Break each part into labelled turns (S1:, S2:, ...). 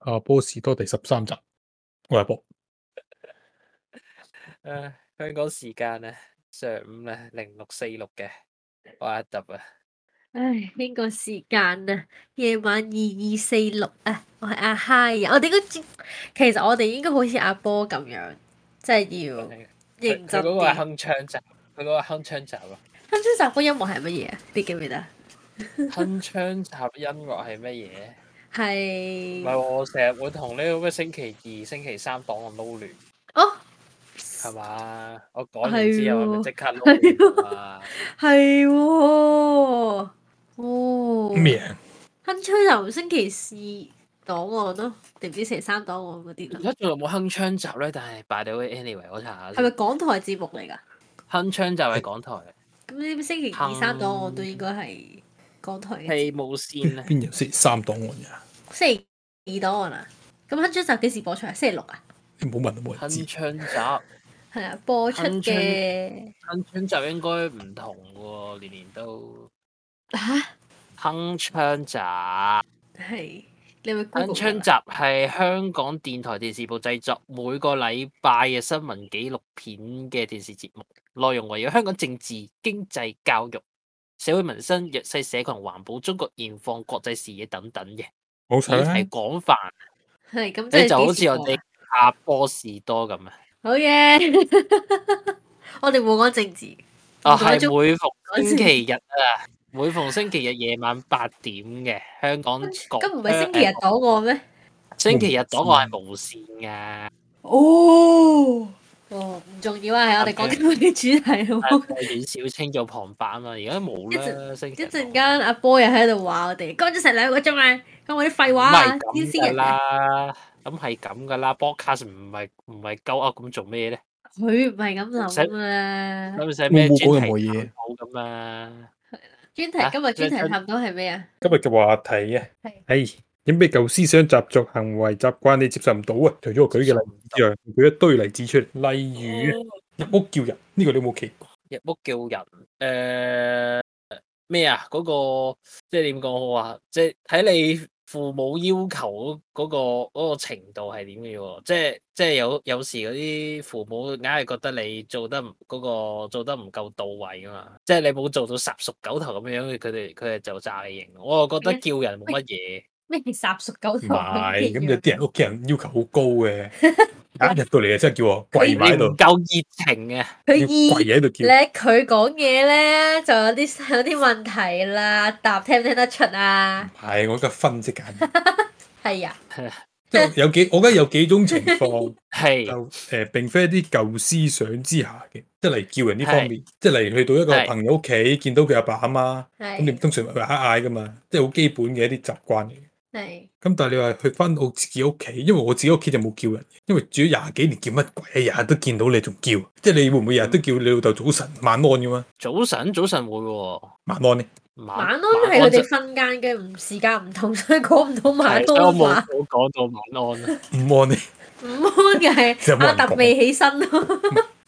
S1: 阿啊波士多第十三集，我係阿波。
S2: 唉，啊香港時間啊，上午啊，零六四六嘅，我係阿揼啊，
S3: 唉，邊個時間啊？夜晚二二四六啊，我係阿 Hi 啊！我哋嗰節其實我哋應該好似阿波咁樣，即係要
S2: 佢佢
S3: 認
S2: 嗰
S3: 真
S2: 個係
S3: 啲。
S2: 鏗鏘集，佢嗰個鏗鏘集啊，
S3: 鏗鏘集嗰音樂係乜嘢啊？你記唔記得啊？
S2: 鏗鏘集音樂係乜嘢？唔
S3: 係
S2: 係我成日會同呢個咩星期二、星期三檔案撈亂，
S3: 哦，
S2: 係嘛？我講完之後係咪
S3: 係
S2: 即刻撈亂 啊？
S3: 係喎，哦，
S1: 咩啊？
S3: 鏗鏘集星期四檔案咯，定唔知星期三檔案嗰啲
S2: 而
S3: 啦？
S2: 家仲有冇鏗鏘集咧？但係 by the way anyway，我查下
S3: 係咪
S2: 先。
S3: 港台節目嚟㗎？
S2: 鏗鏘集係港台
S3: 咁呢啲星期二三檔案都應該係港台嘅。
S2: 係無線啊，
S1: 邊有星期三檔案呀？
S3: 星期二檔案啊，咁《鏗鏘集》幾時播出啊？星期六啊，
S1: 你唔好問冇人知
S2: 鏗。鏘集。
S3: 係啊，播出
S2: 鏗鏘
S3: 嘅
S2: 鏗鏘集應該唔同喎，年年都
S3: 嚇
S2: 鏗鏘集。鏗
S3: 係你咪 Google
S2: 鏘集係香港電台電視部製作每個禮拜嘅新聞紀錄片嘅電視節目，內容圍繞香港政治、經濟、教育、社會民生、弱勢社群、環保、中國現況、國際視野等等嘅，
S1: 好
S2: 議
S1: 睇
S2: 題
S1: 啊！
S2: 廣泛，
S3: 係咁，即
S2: 你
S3: 係
S2: 就好
S3: 幾
S2: 似
S3: 時
S2: 我
S3: 播
S2: 哋
S3: 啊
S2: 阿波士多咁啊！
S3: 好嘢， 我哋冇講政治，
S2: 啊，
S3: 改
S2: 係
S3: 咗
S2: 每逢
S3: 改
S2: 星
S3: 咗
S2: 期日啊，每逢星期日夜晚八點嘅香港各
S3: 咁唔係星期日檔案咩？
S2: 星期日檔案係無線㗎，
S3: 哦，哦唔重要啊，係我哋講緊我啲主 題
S2: 但
S3: 咯。
S2: 係阮小清做旁白啊嘛，而家冇啦。星期
S3: 一
S2: 日
S3: 陣間阿波又喺度話我哋講咗成兩個鐘啊，講我啲廢
S2: 唔
S3: 話啊
S2: 係，
S3: 天
S2: 咁
S3: 仙
S2: 㗎
S3: 人啊
S2: 啦，咁係咁㗎啦。Podcast 唔係唔係鳩噏咁做咩咧？
S3: 佢唔係咁諗啊。
S2: 使唔使咩
S1: 冇冇講任
S2: 專
S1: 何
S2: 題
S1: 嘢
S2: 好咁啊？
S3: 專題
S2: 啊
S3: 今日
S2: 即係
S3: 專題
S2: 真
S3: 探討係咩啊？
S1: 今日嘅話題啊，係有咩舊思想、習俗、行為、習慣你接受唔到啊？除咗我舉嘅例子之外，舉一堆例子出嚟，例如入屋叫人，呢個你有冇奇？
S2: 入屋叫人，誒咩啊？嗰、個即係點講好啊？即係睇你父母要求嗰、個嗰、個程度係點嘅喎？即係即係有有時嗰啲父母硬係覺得你做得唔嗰、個做得唔夠到位啊嘛，即係你冇做到霎熟狗頭咁樣，佢哋佢哋就炸你型。我又覺得
S3: 咩
S2: 叫人冇乜嘢，
S3: 咩係霎熟狗
S1: 唔
S3: 頭？
S1: 係，咁有啲人屋企人要求好高嘅，一入到嚟啊，真係叫我跪埋
S2: 你
S1: 喺
S2: 唔
S1: 度，
S2: 夠熱情啊！
S3: 佢
S1: 要跪
S3: 意
S1: 喺度叫。
S3: 咧，佢講嘢咧就有啲 有啲問題啦，答聽唔聽得出啊？
S1: 唔係，我而家分析緊，
S3: 係啊，
S1: 即係有幾，我而家有幾種情況。
S2: 係
S1: 就誒並非一啲舊思想之下嘅，即係嚟叫人呢方面，即係嚟去到一個
S2: 係
S1: 朋友屋企見到佢阿爸阿媽，咁你
S3: 係
S1: 通常咪嗌嗌噶嘛，即係好基本嘅一啲習慣嚟嘅。
S3: 係
S1: 咁但係你話去翻我自己屋企，因為我自己屋企就冇叫人，因為住咗廿幾年叫乜鬼啊，日日都見到你仲叫，即係你會唔會日日都叫你老豆早晨晚安嘅嘛？
S2: 早晨早晨會喎，
S1: 晚安呢？
S2: 晚
S3: 晚安係佢
S2: 就
S3: 哋瞓間嘅，唔時間唔同， 所以講唔到晚
S2: 係所以我
S3: 安啊
S2: 冇
S3: 話。
S2: 冇講到晚安啊。
S1: 午安呢？
S3: 午安 嘅
S1: 其實
S3: 係
S1: 冇
S3: 阿
S1: 人
S3: 特
S1: 講
S3: 未起身咯，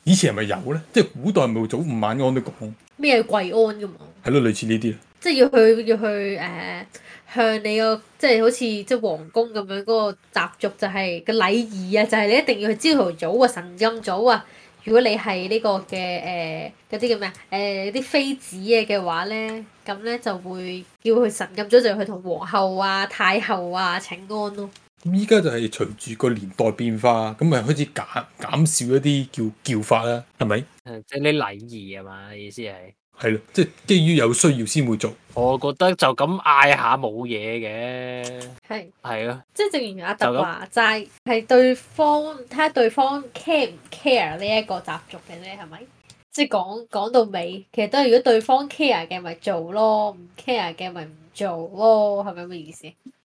S1: 以前係咪有咧？即係古代咪會早午晚安都講，
S3: 咩係跪安噶嘛？
S1: 係咯，類似呢啲啦。
S3: 即係要去要去誒、向你個即係好似即係皇宮咁樣嗰個習俗就係、個禮儀啊，就係、你一定要去朝頭早啊、晨咁早啊。如果你係呢個嘅誒嗰啲叫咩啊誒啲妃子啊嘅話咧，咁咧就會叫佢晨咁早就要去同皇后啊、太后啊請安咯。
S1: 咁依家就係隨住個年代變化，咁咪開始減減少一啲叫叫法啦，係咪？
S2: 誒呃即係你禮儀啊嘛，意思係，
S1: 係咯，即係基於有需要先會做。
S2: 我覺得就咁嗌下冇嘢嘅，
S3: 係。
S2: 係咯，
S3: 即係正如阿
S2: 就
S3: 特
S2: 咁
S3: 話齋，係對方睇下對方 care 唔 care 呢一個習俗嘅啫，係咪？即係講講到尾，其實都係如果對方 care 嘅咪做咯，唔 care 嘅咪唔做咯，係咪咁嘅意思？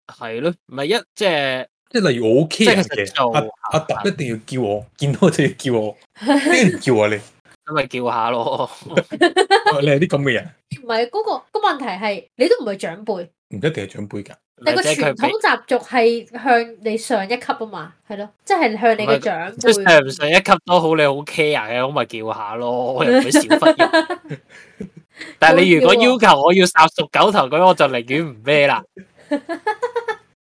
S2: 係咯，唔係一即係
S1: 即係例如我好 care
S2: 即係其實
S1: 嘅，啊
S2: 做
S1: 阿阿特一定要叫我， 見到我就要叫我，點解唔叫我你？
S2: 咁咪叫下咯，
S1: 我話你係啲咁嘅人，
S3: 唔係嗰個、個問題係你都唔係長輩，
S1: 唔一定係長輩㗎。
S3: 你個
S2: 即係
S3: 傳
S2: 佢俾
S3: 統習俗係向你上一級啊嘛，係咯，即係向你嘅
S2: 唔係
S3: 長
S2: 即係上唔
S3: 輩。
S2: 上一級都好，你好 care 嘅，咁咪叫下咯，我又唔會少忽人。 但係你如果要求我要殺熟狗頭咁，我就寧願唔咩啦。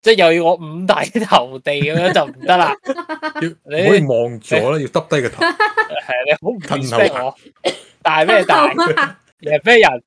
S2: 即係又要我五體投地咁樣就唔得啦，
S1: 要唔可以望咗啦，要耷低個頭。
S2: 係啊你好唔
S1: 吞口
S2: respect 我，大咩大，
S3: 吞後行
S2: 贏咩人，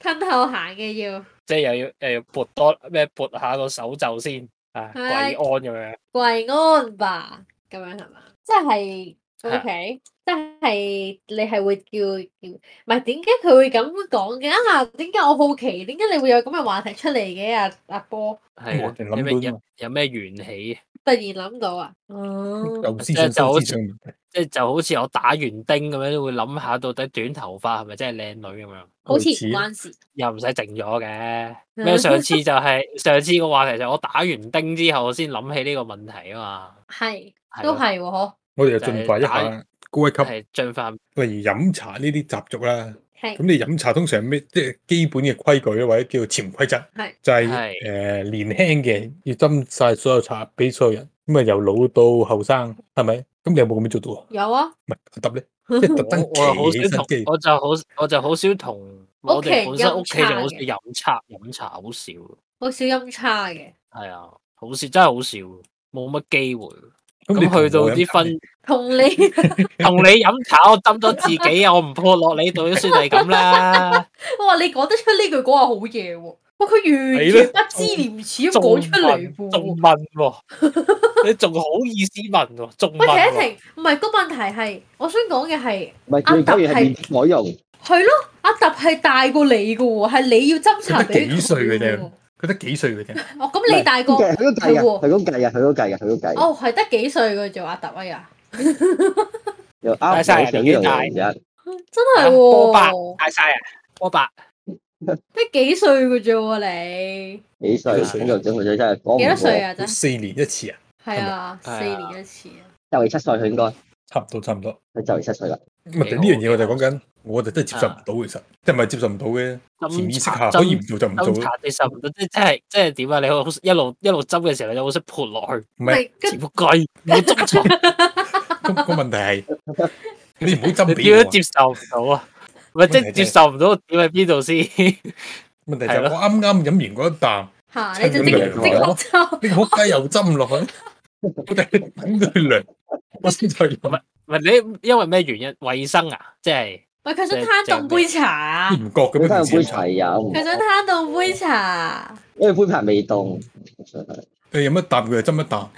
S3: 吞後行嘅要
S2: 即係又要又要撥多咩撥下個手袖先，啊跪
S3: 唉
S2: 安咁樣，
S3: 跪安吧，咁樣係嘛？即係 OK，即係你係會叫叫，唔係點解佢會咁講嘅啊？點解我好奇，點解你會有咁嘅話題出嚟嘅啊？阿波
S2: 係
S1: 我
S2: 啊
S1: 哋
S2: 有
S1: 諗
S2: 咩
S1: 到啫嘛
S2: 有有咩緣起，
S3: 突然諗到啊，哦，
S1: 有思想
S2: 即係就好
S1: 心
S2: 似
S1: 思想問題。
S2: 即係就好似我打完丁咁樣，都會諗下到底短頭髮係咪真係靚女咁樣，
S3: 好似
S1: 似
S3: 唔關事。
S2: 又唔使靜咗嘅。咩？上 次就係、上次個話題就係我打完丁之後先諗起呢個問題啊嘛，
S3: 係
S2: 係
S3: 都
S2: 咯
S3: 係喎，
S1: 我哋又盡快一
S2: 就係
S1: 下高一級，
S2: 係進化
S1: 例如飲茶呢啲習俗啦。
S3: 係
S1: 咁你飲茶通常咩？即係基本嘅規矩或者叫潛規則
S3: 係，
S1: 就係
S2: 係
S1: 誒年輕嘅要斟晒所有茶俾所有人，咁啊由老到後生，係咪？咁你有冇咁樣做到啊？
S3: 有啊。
S1: 唔係揼 咧，即係特登
S2: 我我好
S1: 企起
S2: 少
S1: 身
S2: 同
S1: 機，
S2: 我就好我就好少同我哋
S3: 屋
S2: 本
S3: 企
S2: 身
S3: 飲
S2: 屋企就好少
S3: 茶嘅
S2: 飲茶飲茶好少，
S3: 好少音差嘅，
S2: 係啊，好少真係好少，冇乜機會。
S1: 咁
S2: 咁
S1: 你同
S2: 去到
S1: 我飲
S2: 啲
S1: 茶
S2: 分
S3: 同你
S2: 同你飲茶，我斟咗自己啊，我唔潑落你度都算係咁 啦。
S3: 哇！你講得出呢句講話好嘢喎，哇！佢完
S1: 係咧
S3: 全不知廉恥咁
S2: 仲
S3: 講出嚟
S2: 問
S3: 嘅
S2: 仲
S3: 喎。
S2: 問喎，你仲好意思問喎，仲問
S3: 喂，停一
S2: 喎。
S3: 停，唔係個問題係，我想講嘅係，
S4: 唔係最緊要係面色改容，
S3: 係咯，阿揼係大過你嘅喎，係你要斟茶俾佢
S1: 佢得幾歲嘅啫
S3: 喎
S1: 佢得幾歲嘅啫？
S3: 哦，咁你大個，
S4: 佢都計
S3: 係
S4: 啊，
S3: 喎
S4: 佢都計啊，佢都計啊，佢都計啊。
S3: 哦，係得幾歲嘅啫，阿揼哎呀，
S4: 又
S2: 大
S4: 啱
S2: 晒
S4: 上
S2: 人
S4: 呢度
S2: 年紀大
S4: 嚟嘅
S3: 真係
S2: 啊波霸
S3: 喎，
S2: 大晒啊，波白。
S3: 得幾歲嘅啫喎你，
S4: 幾歲？
S1: 幾歲
S4: 呢度整佢真係講唔
S3: 幾多歲
S4: 過，
S3: 啊真？
S1: 四年一次啊，
S3: 係啊，
S2: 係咪
S3: 四年一次啊，
S4: 就嚟七歲佢應該，
S1: 差唔多差唔多。
S4: 佢就嚟七歲啦。
S1: 咁啊，
S2: 幾
S1: 呢
S2: 好
S1: 樣嘢我就講緊，我就真係接受唔到，其實即係唔係接受唔到嘅，潛意識下可以唔做就唔
S2: 斟
S1: 做
S2: 茶
S1: 咯。
S2: 你受唔到，即即係即係點啊？你好一路一路斟嘅時候，你就好識潑落去，
S1: 唔係
S3: 跟
S2: 接雞冇斟錯，
S1: 咁個問題係 你唔好針
S2: 你
S1: 俾我
S2: 點
S1: 啊
S2: 樣。接受唔到啊？唔係即係接受唔到點喺邊度先？
S1: 問題就
S2: 係
S1: 係
S2: 咯
S1: 我啱啱飲完嗰一啖，
S3: 嚇你就
S1: 趁
S3: 即
S1: 佢
S3: 刻
S1: 涼
S3: 即刻
S1: 咯
S3: 就
S1: 呢個仆街又斟落去，我哋等佢涼，我先再飲。
S2: 唔係你因為咩原因？衞生啊，即係
S3: 喂，佢想
S2: 即係
S3: 攤凍杯茶啊
S1: 唔覺咁
S4: 佢翻
S1: 樣
S4: 去杯
S1: 件
S4: 茶
S1: 事。
S4: 飲，
S3: 佢想攤到杯茶，啊
S4: 因為杯茶未凍。
S1: 你飲一啖佢就斟一啖，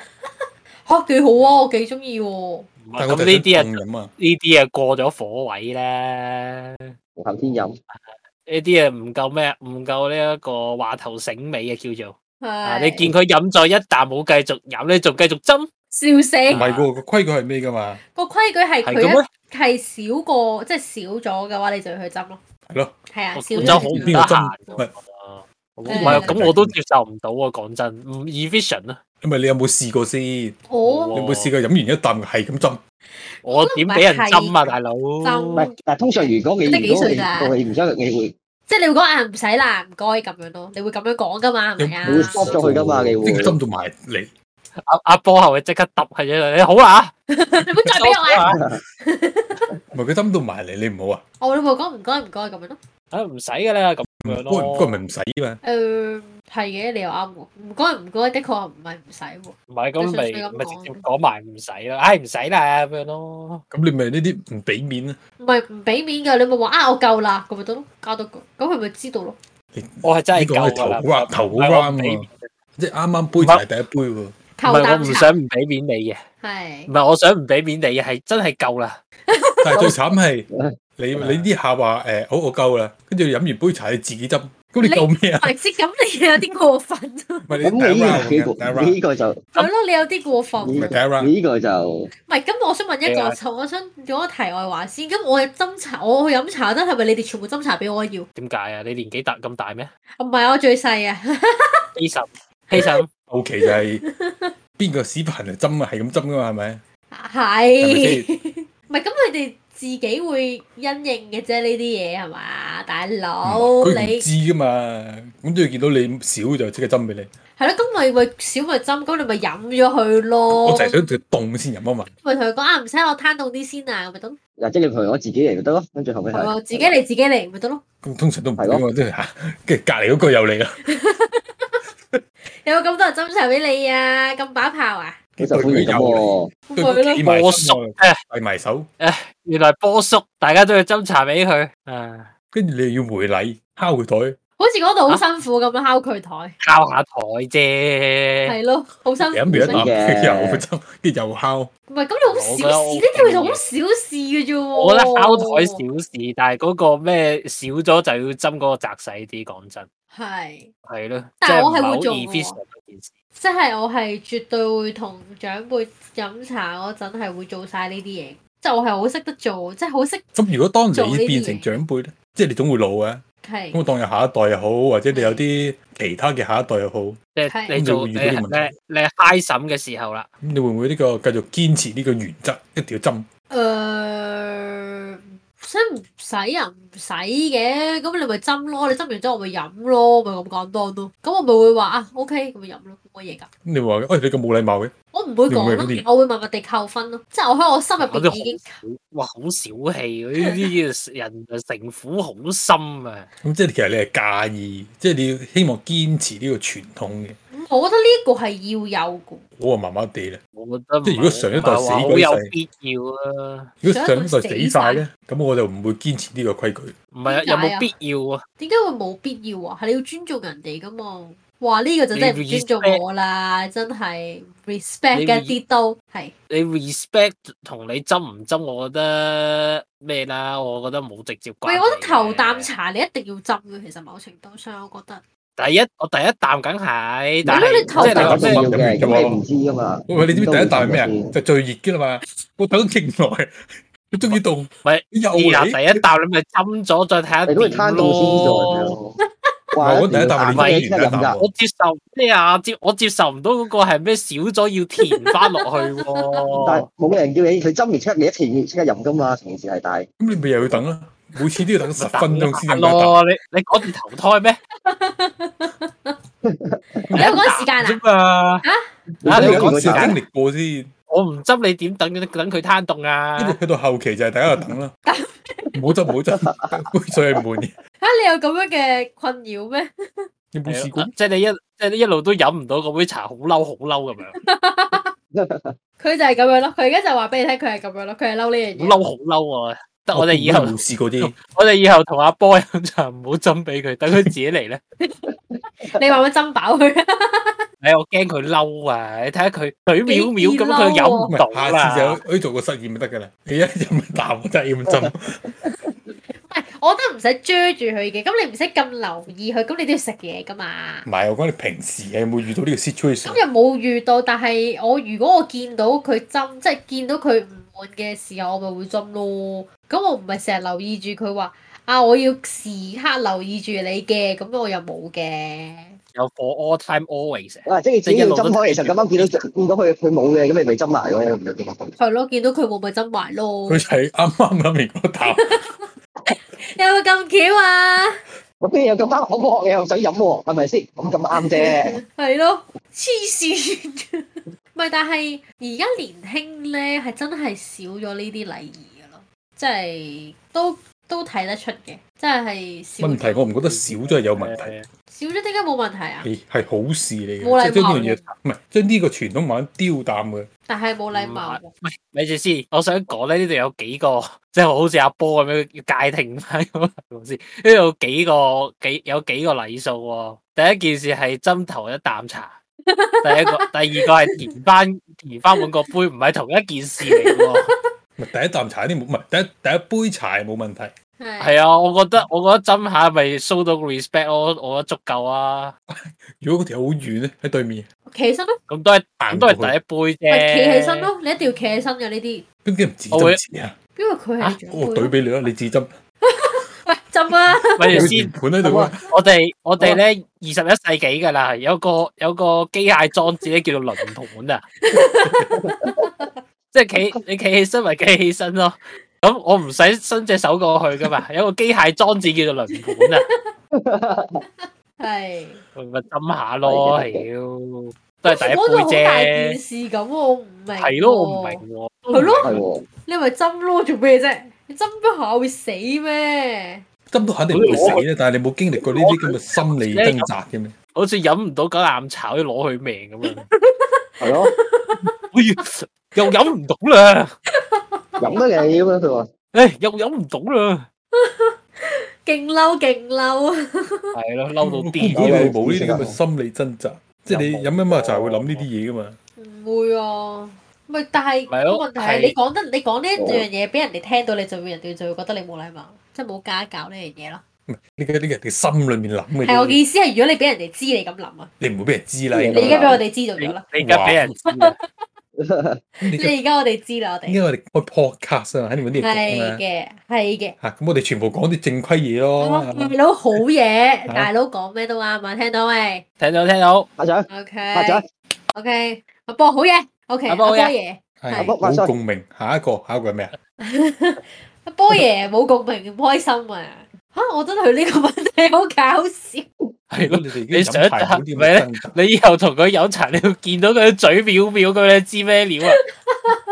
S3: 嚇幾好啊！我幾中意喎。
S2: 唔係
S1: 但係
S2: 咁
S1: 我就
S2: 呢啲啊
S1: 想凍飲啊，
S2: 呢啲啊過咗火位咧，呢
S4: 無頭先飲，
S2: 啲啊唔夠咩？唔夠呢一個話頭醒尾嘅叫做啊！
S3: 係
S2: 你見佢飲咗一啖冇繼續飲，你仲繼續斟
S3: 笑死
S1: 唔係喎，個規矩係咩㗎嘛？
S3: 個規矩係
S2: 係
S3: 佢
S2: 咁咩
S3: 一？係少過即係少咗嘅話，你就要去執咯。
S1: 係咯，
S3: 係啊，
S2: 我
S3: 少
S2: 真係
S3: 咗
S2: 好唔
S1: 邊個
S2: 得
S1: 唔係
S2: 閒喎。唔係啊，
S3: 誒
S2: 咁我都接受唔到啊！講真，唔 efficient 啊！
S1: 因為你有冇試過先？你
S3: 我
S1: 有冇試過飲完一啖係咁斟？
S2: 我點俾人
S3: 唔
S2: 針啊，
S3: 係
S2: 大佬？
S4: 唔
S3: 就
S4: 係，但係通常如果你
S3: 得幾
S4: 如果
S3: 歲
S4: 你
S3: 咋
S4: 到你唔想，你會
S3: 即係你會講啊，唔使啦，唔該咁樣咯。你會咁樣講噶嘛？係咪啊
S4: 你？會 stop 咗佢㗎嘛？你
S1: 即係
S4: 會
S1: 斟到埋嚟，
S2: 阿阿波後咪即刻揼係咗你好啦
S3: 你唔好再俾我啊！
S2: 嚇，
S1: 唔係佢斟到埋嚟，你唔好啊！
S3: 我會講唔該唔該咁樣咯。
S2: 啊唔使噶啦咁
S1: 唔該
S2: 樣
S1: 唔該，咪
S2: 咯。
S1: 唔使嘛。
S3: 誒係嘅，你又啱喎。唔該唔該，的確唔係唔使喎。
S2: 唔係咁
S3: 你
S2: 咪
S3: 純粹咁
S2: 咪直
S3: 講
S2: 接講埋唔使啦，唉唔使啦咁樣咯。
S1: 咁你咪呢啲唔俾面啊？
S3: 唔係唔俾面㗎，你咪話啊，我夠啦，咁咪得咯，加多句，咁佢咪知道咯。
S2: 我係真係
S1: 呢個係
S2: 夠噶
S1: 頭
S2: 啦，
S1: 好啱，頭
S2: 唔
S1: 好
S2: 係我唔
S1: 啱
S2: 俾
S1: 喎
S2: 面。
S1: 即係啱啱杯茶係第一杯喎。
S2: 唔
S3: 頭
S2: 係我
S3: 啖
S2: 唔
S3: 茶
S2: 想唔俾面你嘅，唔
S3: 係
S2: 係我想唔俾面你嘅，係真係夠啦。
S1: 但係最慘係你
S4: 啊
S1: 你呢下話誒好我夠啦，跟住飲完杯茶你自己斟，咁你夠咩啊？
S3: 唔係即咁，你有啲過分啊！
S1: 唔係你
S4: 咁
S1: 第
S4: 你
S1: 一
S4: 呢個
S1: round
S4: 幾
S1: 嘅，第一
S4: 個？你
S1: round
S4: 呢個就
S3: 係咯，你有啲過分
S1: 唔係
S3: 喎
S1: 第。一 round，
S4: 你呢個就
S3: 唔係，咁我想問一
S2: 係
S3: 個，
S2: 啊
S3: 就我想做個題外話先。咁我嘅斟茶，我去飲茶嗰陣係咪你哋全部斟茶俾我要？
S2: 點解啊？你年紀大咁大咩？
S3: 唔係，我最細啊！
S2: 欺神欺神，
S1: 後期就係邊個屎盆嚟斟啊？係咁斟噶嘛係 咪？
S3: 係
S1: 係
S3: 唔係咁佢哋自己會因應嘅啫，呢啲嘢係嘛，大佬
S1: 佢
S3: 你
S1: 唔知噶嘛，咁都要見到你少就即刻斟俾你。
S3: 係咯，咁咪咪少咪斟，咁你咪飲咗佢咯。
S1: 我就係想佢凍先飲啊嘛。
S3: 咪同佢講啊，唔使我攤凍啲先啊，咁咪得咯。
S4: 嗱，即係你陪我自己嚟就得咯，跟住後尾
S3: 係
S4: 係
S3: 喎自己嚟自己嚟咪得咯。
S1: 咁通常都唔俾
S4: 係咯
S1: 我，即係嚇，跟住隔離嗰個又嚟啦。
S3: 有冇咁多人斟茶俾你啊？咁把炮啊？
S4: 好受歡迎咁喎。
S3: 咪咯，
S1: 埋
S2: 波叔啊，
S1: 遞埋手，
S2: 原來波叔，大家都要斟茶俾佢啊，
S1: 跟住你又要回禮，敲佢台，
S3: 好似嗰度好辛苦咁樣敲佢台，
S2: 敲下台啫。
S3: 係咯，好辛苦。
S1: 飲完一
S3: 唔
S1: 啖，
S4: 嘅
S1: 跟住又斟，跟住又敲，
S3: 係咁，你好小事，
S2: 我
S3: 呢
S2: 覺得
S3: 啲其
S2: OK
S3: 實好小事嘅啫喎。
S2: 我覺得敲台小事，但係嗰個咩少咗就要斟嗰個窄細啲。講真，
S3: 係，
S2: 係咯，
S3: 但係我係
S2: 係
S3: 會做嘅喎
S2: efficient 嗰件事。
S3: 即係我係絕對會同長輩飲茶嗰陣係會做晒呢啲嘢，即係我係好識得做，即係好識
S1: 咁如果當
S3: 做呢啲
S1: 你變成
S3: 嘢
S1: 長輩咧，即係你總會老啊。咁
S3: 係
S1: 我當有下一代又好，或者你有啲其他嘅下一代又好，咁
S2: 即
S3: 係
S2: 係
S1: 咁
S2: 你做你
S1: 就會遇到呢個問
S2: 你你 high 審嘅時候啦，
S1: 你會唔會呢個繼續堅持呢個原則，一定要斟？
S3: 誒。呃使唔使啊？唔使嘅，咁你咪斟咯，你斟完之後我咪飲咯，咪咁簡單咯。咁我咪會話啊，OK，咁咪飲咯，冇乜嘢㗎。
S1: 你話，哎，你咁冇禮貌嘅，
S3: 我唔會
S1: 你
S3: 講
S1: 會
S3: 咯
S1: 嗰啲，
S3: 我會默默地扣分咯，即係我喺我心入
S2: 我都
S3: 邊
S2: 好
S3: 已經
S2: 哇好小氣喎呢啲人就城府好深啊！
S1: 咁即係其實你係介意，即係你要希望堅持呢個傳統嘅。
S3: 嗯我覺得呢個係要有嘅。
S1: 我話麻麻地啦，
S2: 我覺得
S1: 即係如果上一代
S2: 唔係話
S1: 死
S2: 好
S1: 嗰
S2: 有
S1: 世
S2: 必要啊，
S1: 如果上一代
S3: 上一
S1: 死
S3: 代死
S1: 晒
S3: 晒
S1: 咧，咁我就唔會堅持呢個規矩。
S2: 唔係啊
S3: 點解
S2: 有
S3: 啊
S2: 冇必要啊？
S3: 點解會冇必要啊？係你要尊重人哋噶嘛？哇！呢、個就真係唔尊重我啦，真係 respect
S2: 你
S3: 嘅啲都係
S2: 你 respect 同你針唔針，我覺得咩啦？我覺得冇直接關
S3: 喂，
S2: 係嘅。
S3: 我覺得頭啖茶你一定要斟嘅，其實某程度上 我覺得
S2: 第一，我第一啖梗係，但
S3: 你
S2: 係
S3: 你
S2: 即
S3: 頭
S2: 係
S4: 咁
S1: 啖
S2: 你話咩
S4: 大家都要
S1: 即係
S4: 嘅，咁你唔知噶嘛。
S1: 喂，你嗯知唔知第一啖係咩啊
S4: 先？
S1: 就最熱嘅啦嘛，我等咗勁耐，佢中意凍，
S2: 喂
S1: 又
S2: 試下
S1: 嚟，
S2: 啊第一啖你咪斟咗，再睇下
S4: 你都係攤
S2: 啊點
S4: 到先
S2: 咯。
S4: 做。哇！
S1: 我第一啖
S2: 你
S1: 已經完
S4: 飲
S1: 第一啖
S4: 㗎。
S2: 我接受咩啊？接我接受唔到嗰個係咩少咗要填翻落去 喎
S4: 但係。冇咩人叫你，佢斟完即刻你一填即刻飲噶嘛，同時係大。
S1: 咁你咪又要等啦，每次都要等十分鐘先飲到一啖。
S2: 咯，你你趕住投胎咩？
S3: 你有嗰時間啊？
S2: 啫嘛，
S1: 我
S2: 啊
S1: 覺
S2: 你
S1: 得
S2: 講
S1: 嗰
S2: 時
S1: 時
S2: 間
S1: 經，歷過先。
S2: 我唔執你點等等佢攤凍
S1: 跟
S2: 啊
S1: 住？去到後期就係大家喺度等啦，啊唔好執唔好 執，杯水係滿嘅。
S3: 嚇、啊你有咁樣嘅困擾咩？
S1: 你冇試過？
S2: 啊即係你一即係你一路都飲唔到嗰杯茶，好嬲好嬲咁樣，
S3: 佢就係咁樣咯，佢而家就話俾你聽，佢係咁樣咯，佢係嬲呢樣
S2: 好
S3: 嘢。
S2: 嬲好嬲啊！得我哋以後
S1: 冇，試過啫。
S2: 我哋以後同阿波飲茶，唔好斟俾佢，等佢自己嚟咧。
S3: 你話我斟飽佢，
S2: 唉，哎我驚佢嬲啊！你睇下佢水淼淼咁，
S3: 幾易
S2: 佢
S3: 嬲
S2: 飲
S1: 唔
S2: 唔到
S1: 係，下次就
S2: 啦。
S1: 可以做個實驗就得㗎啦。你一飲一啖，我真係要咁斟。
S3: 唔係，我覺得唔使追住佢嘅，咁你唔使咁留意佢，咁你都要食嘢噶嘛。
S1: 唔係，我講你平時啊有冇遇到呢個 situation？
S3: 咁又冇遇到，但係我如果我見到佢針，即係見到佢唔滿嘅時候，我咪會針咯。咁我唔係成日留意住佢話啊，我要時刻留意住你嘅，咁我又冇嘅。
S2: 有 for all time always。
S4: 啊，即係只要斟開，其實咁啱見到見到佢佢冇嘅，咁你咪啊斟埋咯，唔係
S3: 係咯，見到佢冇咪針埋
S1: 佢。
S3: 咯
S1: 就係啱啱飲完嗰 啖，
S3: 有冇咁巧啊？
S4: 我邊有咁啱口渴，你又想飲喎，係咪先？咁咁啱啫。
S3: 係咯，黐線。 唔係，但係而家年輕咧係真係少咗呢啲禮儀嘅咯，即係都都睇得出嘅，即係少
S1: 問題我唔覺得少咗係有問題，
S2: 誒
S3: 少咗點解冇問題啊？
S1: 係係好事嚟
S3: 冇
S1: 嘅，
S3: 禮
S1: 即係
S3: 貌
S1: 將呢樣嘢唔係將呢個傳統慢慢丟淡嘅。
S3: 但係冇禮貌喎。
S2: 喂，咪住先，我想講咧，呢度有幾個，即係好似阿波咁樣要界定翻咁樣先。呢度有幾個幾有幾個禮數喎。第一件事係斟頭一啖茶，第一個第二個係填翻填翻滿個杯，唔係同一件事嚟喎。
S1: 唔係第一啖茶啲冇，唔係第一第一杯茶係冇問題。
S3: 係
S2: 係啊，我覺得我覺得斟下咪 show 到 respect 咯，我覺得足夠啊。
S1: 如果嗰條好遠咧喺對面，
S3: 企起身咯，
S2: 咁都係
S1: 行
S2: 都係
S1: 過去
S2: 第一杯啫。
S3: 咪企起身。咯，你一定要企起身嘅呢啲，
S1: 咁點解唔自己
S2: 我會
S1: 斟自己啊？
S3: 因為佢係
S2: 啊
S3: 長
S1: 我
S3: 輩
S1: 對
S3: 咯。
S1: 俾你啦，你自己斟，
S3: 喂，浸啊！
S2: 咪住
S1: 有圓。
S2: 先
S1: 盤喺度啊。
S2: 我哋我哋咧二十一世紀噶啦，有個有個機械裝置咧叫做輪盤 啊，即係企你企起身咪企起身咯。咁我唔使伸隻手過去噶 嘛，有個機械裝置叫做輪盤啊，
S3: 係，
S2: 咪斟下咯，
S4: 係嘅
S2: 屌，都係第
S3: 講到好
S2: 一
S3: 大
S2: 杯
S3: 件
S2: 啫。
S3: 事咁，我唔明。
S2: 係咯，我唔明。喎。
S3: 係咯
S4: 係喎，
S3: 你咪針咯，做咩啫？你針不下會死咩？
S1: 針都肯定唔會死咧，但係你冇經歷過呢啲咁嘅心理掙扎嘅咩？
S2: 好似飲唔到嗰啖茶都攞佢命 咁樣，
S4: 係咯，
S2: 哎呀又飲唔到 啦，
S4: 飲得你咁樣佢話，
S2: 誒又飲唔到啦，
S3: 勁嬲勁嬲啊！
S2: 係咯，嬲到
S1: 我估唔
S2: 癲
S1: 到
S4: 啊
S1: 你
S2: 咗
S1: 會冇呢啲咁嘅心理掙扎，即係你飲飲下茶會諗呢啲嘢噶嘛？
S3: 唔會啊，咪但係
S2: 咪咯
S3: 個問題係
S2: 係
S3: 你講得你講呢一樣嘢俾人哋聽到，你就會人哋就會覺得你冇禮貌，即係冇家教呢樣嘢咯。
S1: 呢個呢個人哋心裏面諗嘅
S3: 係我嘅
S1: 嘢，
S3: 意思係，如果你俾人哋知你咁諗啊，
S1: 你唔會俾人知啦。
S4: 你
S1: 應
S3: 你
S1: 該
S3: 而家俾我哋知道咗啦，
S2: 你而家俾人知啦，
S1: 你
S3: 你而家我哋知啦，我
S1: 應該
S3: 哋
S1: 我哋開 podcast 啊，肯定揾啲嘢講
S3: 係
S1: 啦。
S3: 嘅係嘅。
S1: 嚇，咁我哋全部講啲正規嘢咯。
S3: 哇
S1: 哦係嘛
S3: 大佬好 嘢，
S1: 啊
S3: 大佬講咩都啱啊，聽到未
S2: 聽到聽到，
S4: 阿仔，阿
S3: ？OK
S4: 仔，
S3: OK，阿波好嘢，OK，
S2: 阿
S3: 阿
S2: 波好
S3: 波
S2: 嘢
S3: 爺，
S1: 係
S4: 我我
S1: 冇共鳴。下一個，下一個係咩啊？
S3: 阿波爺冇共鳴，唔開心啊！嚇，我真係佢呢個問題好搞笑。
S2: 係咯，
S1: 你哋已
S2: 你
S1: 經
S2: 想
S1: 飲排好啲咁
S2: 咪
S1: 嘅
S2: 咧
S1: 掙扎。
S2: 你以後同佢飲茶，你要見到佢嘴藐藐咁，你知咩料啊？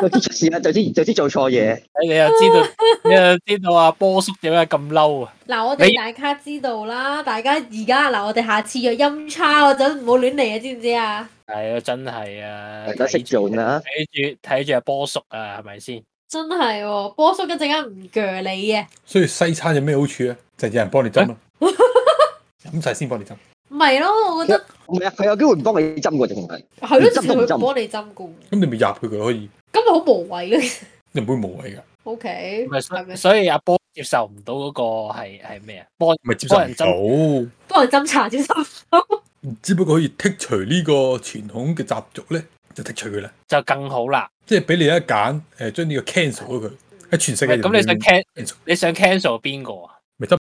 S4: 就知出事啊啦，就知就知做錯嘢，
S2: 你又知 道，你又知道阿波叔點解咁嬲啊？
S3: 嗱，我哋
S2: 你
S3: 大家知道啦，大家而家嗱，我哋下次約音叉嗰陣唔好亂嚟啊，知唔知啊？
S2: 係啊，真係啊，
S4: 大家識做啦。
S2: 睇住睇住阿波叔啊，係咪先？
S3: 真係喎、波叔一陣間唔鋸你啊！
S1: 所以西餐有咩好處啊？就係有人幫你斟咯，飲晒先幫你斟。
S3: 唔係咯，我覺得
S4: 唔係啊，佢有機會唔幫你針嘅，仲係
S3: 係咯，
S4: 你
S3: 就
S4: 針都唔
S3: 佢
S4: 針
S3: 唔幫你針㗎喎，
S1: 咁你咪入佢佢可以，
S3: 咁咪好無謂咯。
S1: 你唔會無謂㗎，
S3: O K，
S2: 咪
S3: 係
S2: 所
S3: 咪
S2: 所以阿波接受唔到嗰個係係咩啊？幫
S1: 咪接受唔到。
S3: 幫人斟茶先心。
S1: 只不過可以剔除呢個傳統嘅習俗咧，就剔除佢啦。
S2: 就更好啦。
S1: 即係俾你一揀，誒將呢個 cancel 咗佢喺全世界
S2: 咁你想 can
S1: 你想
S2: 你想 cancel 邊個啊？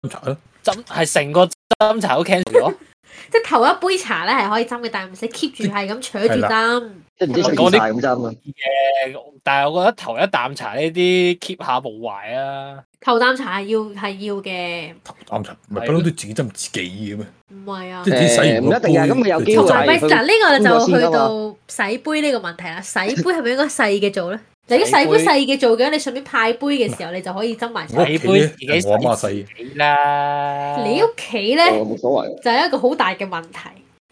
S1: 飲茶啦，
S2: 斟係成個斟茶都 cancel 咗，
S3: 即係頭一杯茶咧係可以斟嘅，但係唔使 keep 住係咁扯
S1: 係
S3: 住
S1: 啦
S3: 斟。
S4: 即係唔知出
S2: 講
S4: 事
S2: 啲
S4: 晒咁針啊。
S2: 誒但係我覺得頭一啖茶呢啲 keep 下無壞啊。
S3: 頭啖茶係要係要嘅，
S1: 飲茶唔係不嬲都自己斟自己嘅咩？
S3: 唔係啊
S1: 即。係自己洗
S4: 誒
S1: 完
S4: 唔一定㗎咁咪有機
S3: 同
S4: 會
S3: 埋咪
S4: 佢
S3: 嗱，呢個
S4: 搬咗
S3: 就
S4: 先
S3: 去
S4: 㗎
S3: 到洗杯呢個問題啦。洗杯係咪應該細嘅做咧？你如果細杯
S2: 洗
S3: 細嘅做嘅，你順便派杯嘅時候，你就可以斟埋晒
S1: 我。屋
S2: 洗
S1: 企
S2: 杯
S1: 咧
S2: 自己洗
S1: 我阿媽洗嘅，
S2: 自己啦。
S3: 你屋企咧
S4: 我哦冇所謂，
S3: 就係一個好大嘅問題，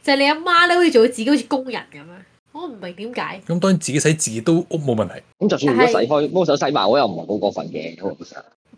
S3: 就係你阿媽咧好似做到自己好似工人咁樣，我唔明點解。
S1: 咁當然自己洗自己都屋冇問題。
S4: 咁就算如果洗
S3: 但
S4: 開幫手洗埋，我又唔係好過分嘅，我其實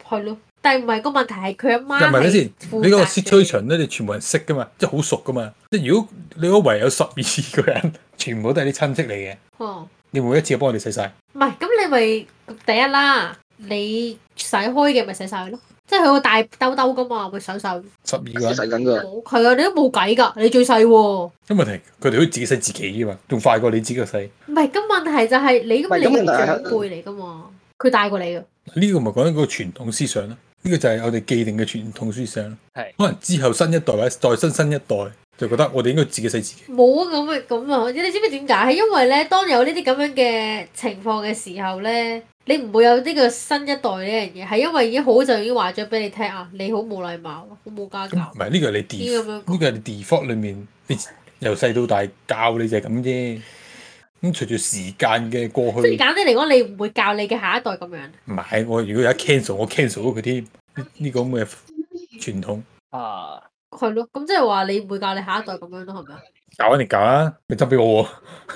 S3: 係咯，但係唔係個問題係佢
S2: 啊
S3: 阿
S1: 又唔
S3: 媽
S1: 係睇先
S3: 係，負責
S1: 你嗰個
S3: 嘅
S1: situation 咧，你全部人識噶嘛，即係好熟噶嘛。即係如果你嗰圍有十二個人， 全部都係啲親戚嚟嘅，
S3: 哦，
S1: 你會唔會一次過幫我哋洗晒？
S3: 唔係咁你咪第一啦，你洗開嘅咪洗晒佢咯，即係佢個大兜兜噶嘛，會手手
S1: 十二個
S4: 洗
S1: 人，
S4: 緊㗎。
S3: 冇佢啊，你都冇計㗎，你最細喎。
S1: 咁問題佢哋可以自己洗自己噶嘛，仲快過你自己個洗。
S3: 唔係，咁問題就係你
S4: 唔係
S3: 咁，你
S4: 咁問
S3: 係
S4: 題係
S3: 長輩嚟噶嘛？佢大過你噶，
S1: 呢個咪講緊個傳統思想咯，呢、個就係我哋既定嘅傳統思想咯。
S2: 係
S1: 可能之後新一代或者再新新一代就覺得我哋應該自己洗自己。
S3: 冇啊咁嘅咁啊！你知唔知點解？係因為咧，當有呢啲咁樣嘅情況嘅時候咧，你唔會有呢個新一代呢樣嘢，係因為已經好就已經話咗俾你聽啊，你好冇禮貌，好冇家
S1: 咁
S3: 教
S1: 唔。係呢個係你
S3: 啊呢個
S1: default，呢
S3: 咁樣
S1: 個係你 default 裏面，你由細到大教你就係咁啫。咁隨住時間嘅過
S3: 即係
S1: 去，
S3: 簡單嚟講，你唔會教你嘅下一代咁樣。
S1: 唔係我如果有一 cancel，我 cancel 咗佢添。呢、呢個咁嘅傳統
S2: 啊，
S3: 係咯，咁即係話你唔會教你下一代咁樣咯，係咪啊？
S1: 教肯定教啦，你執俾我喎，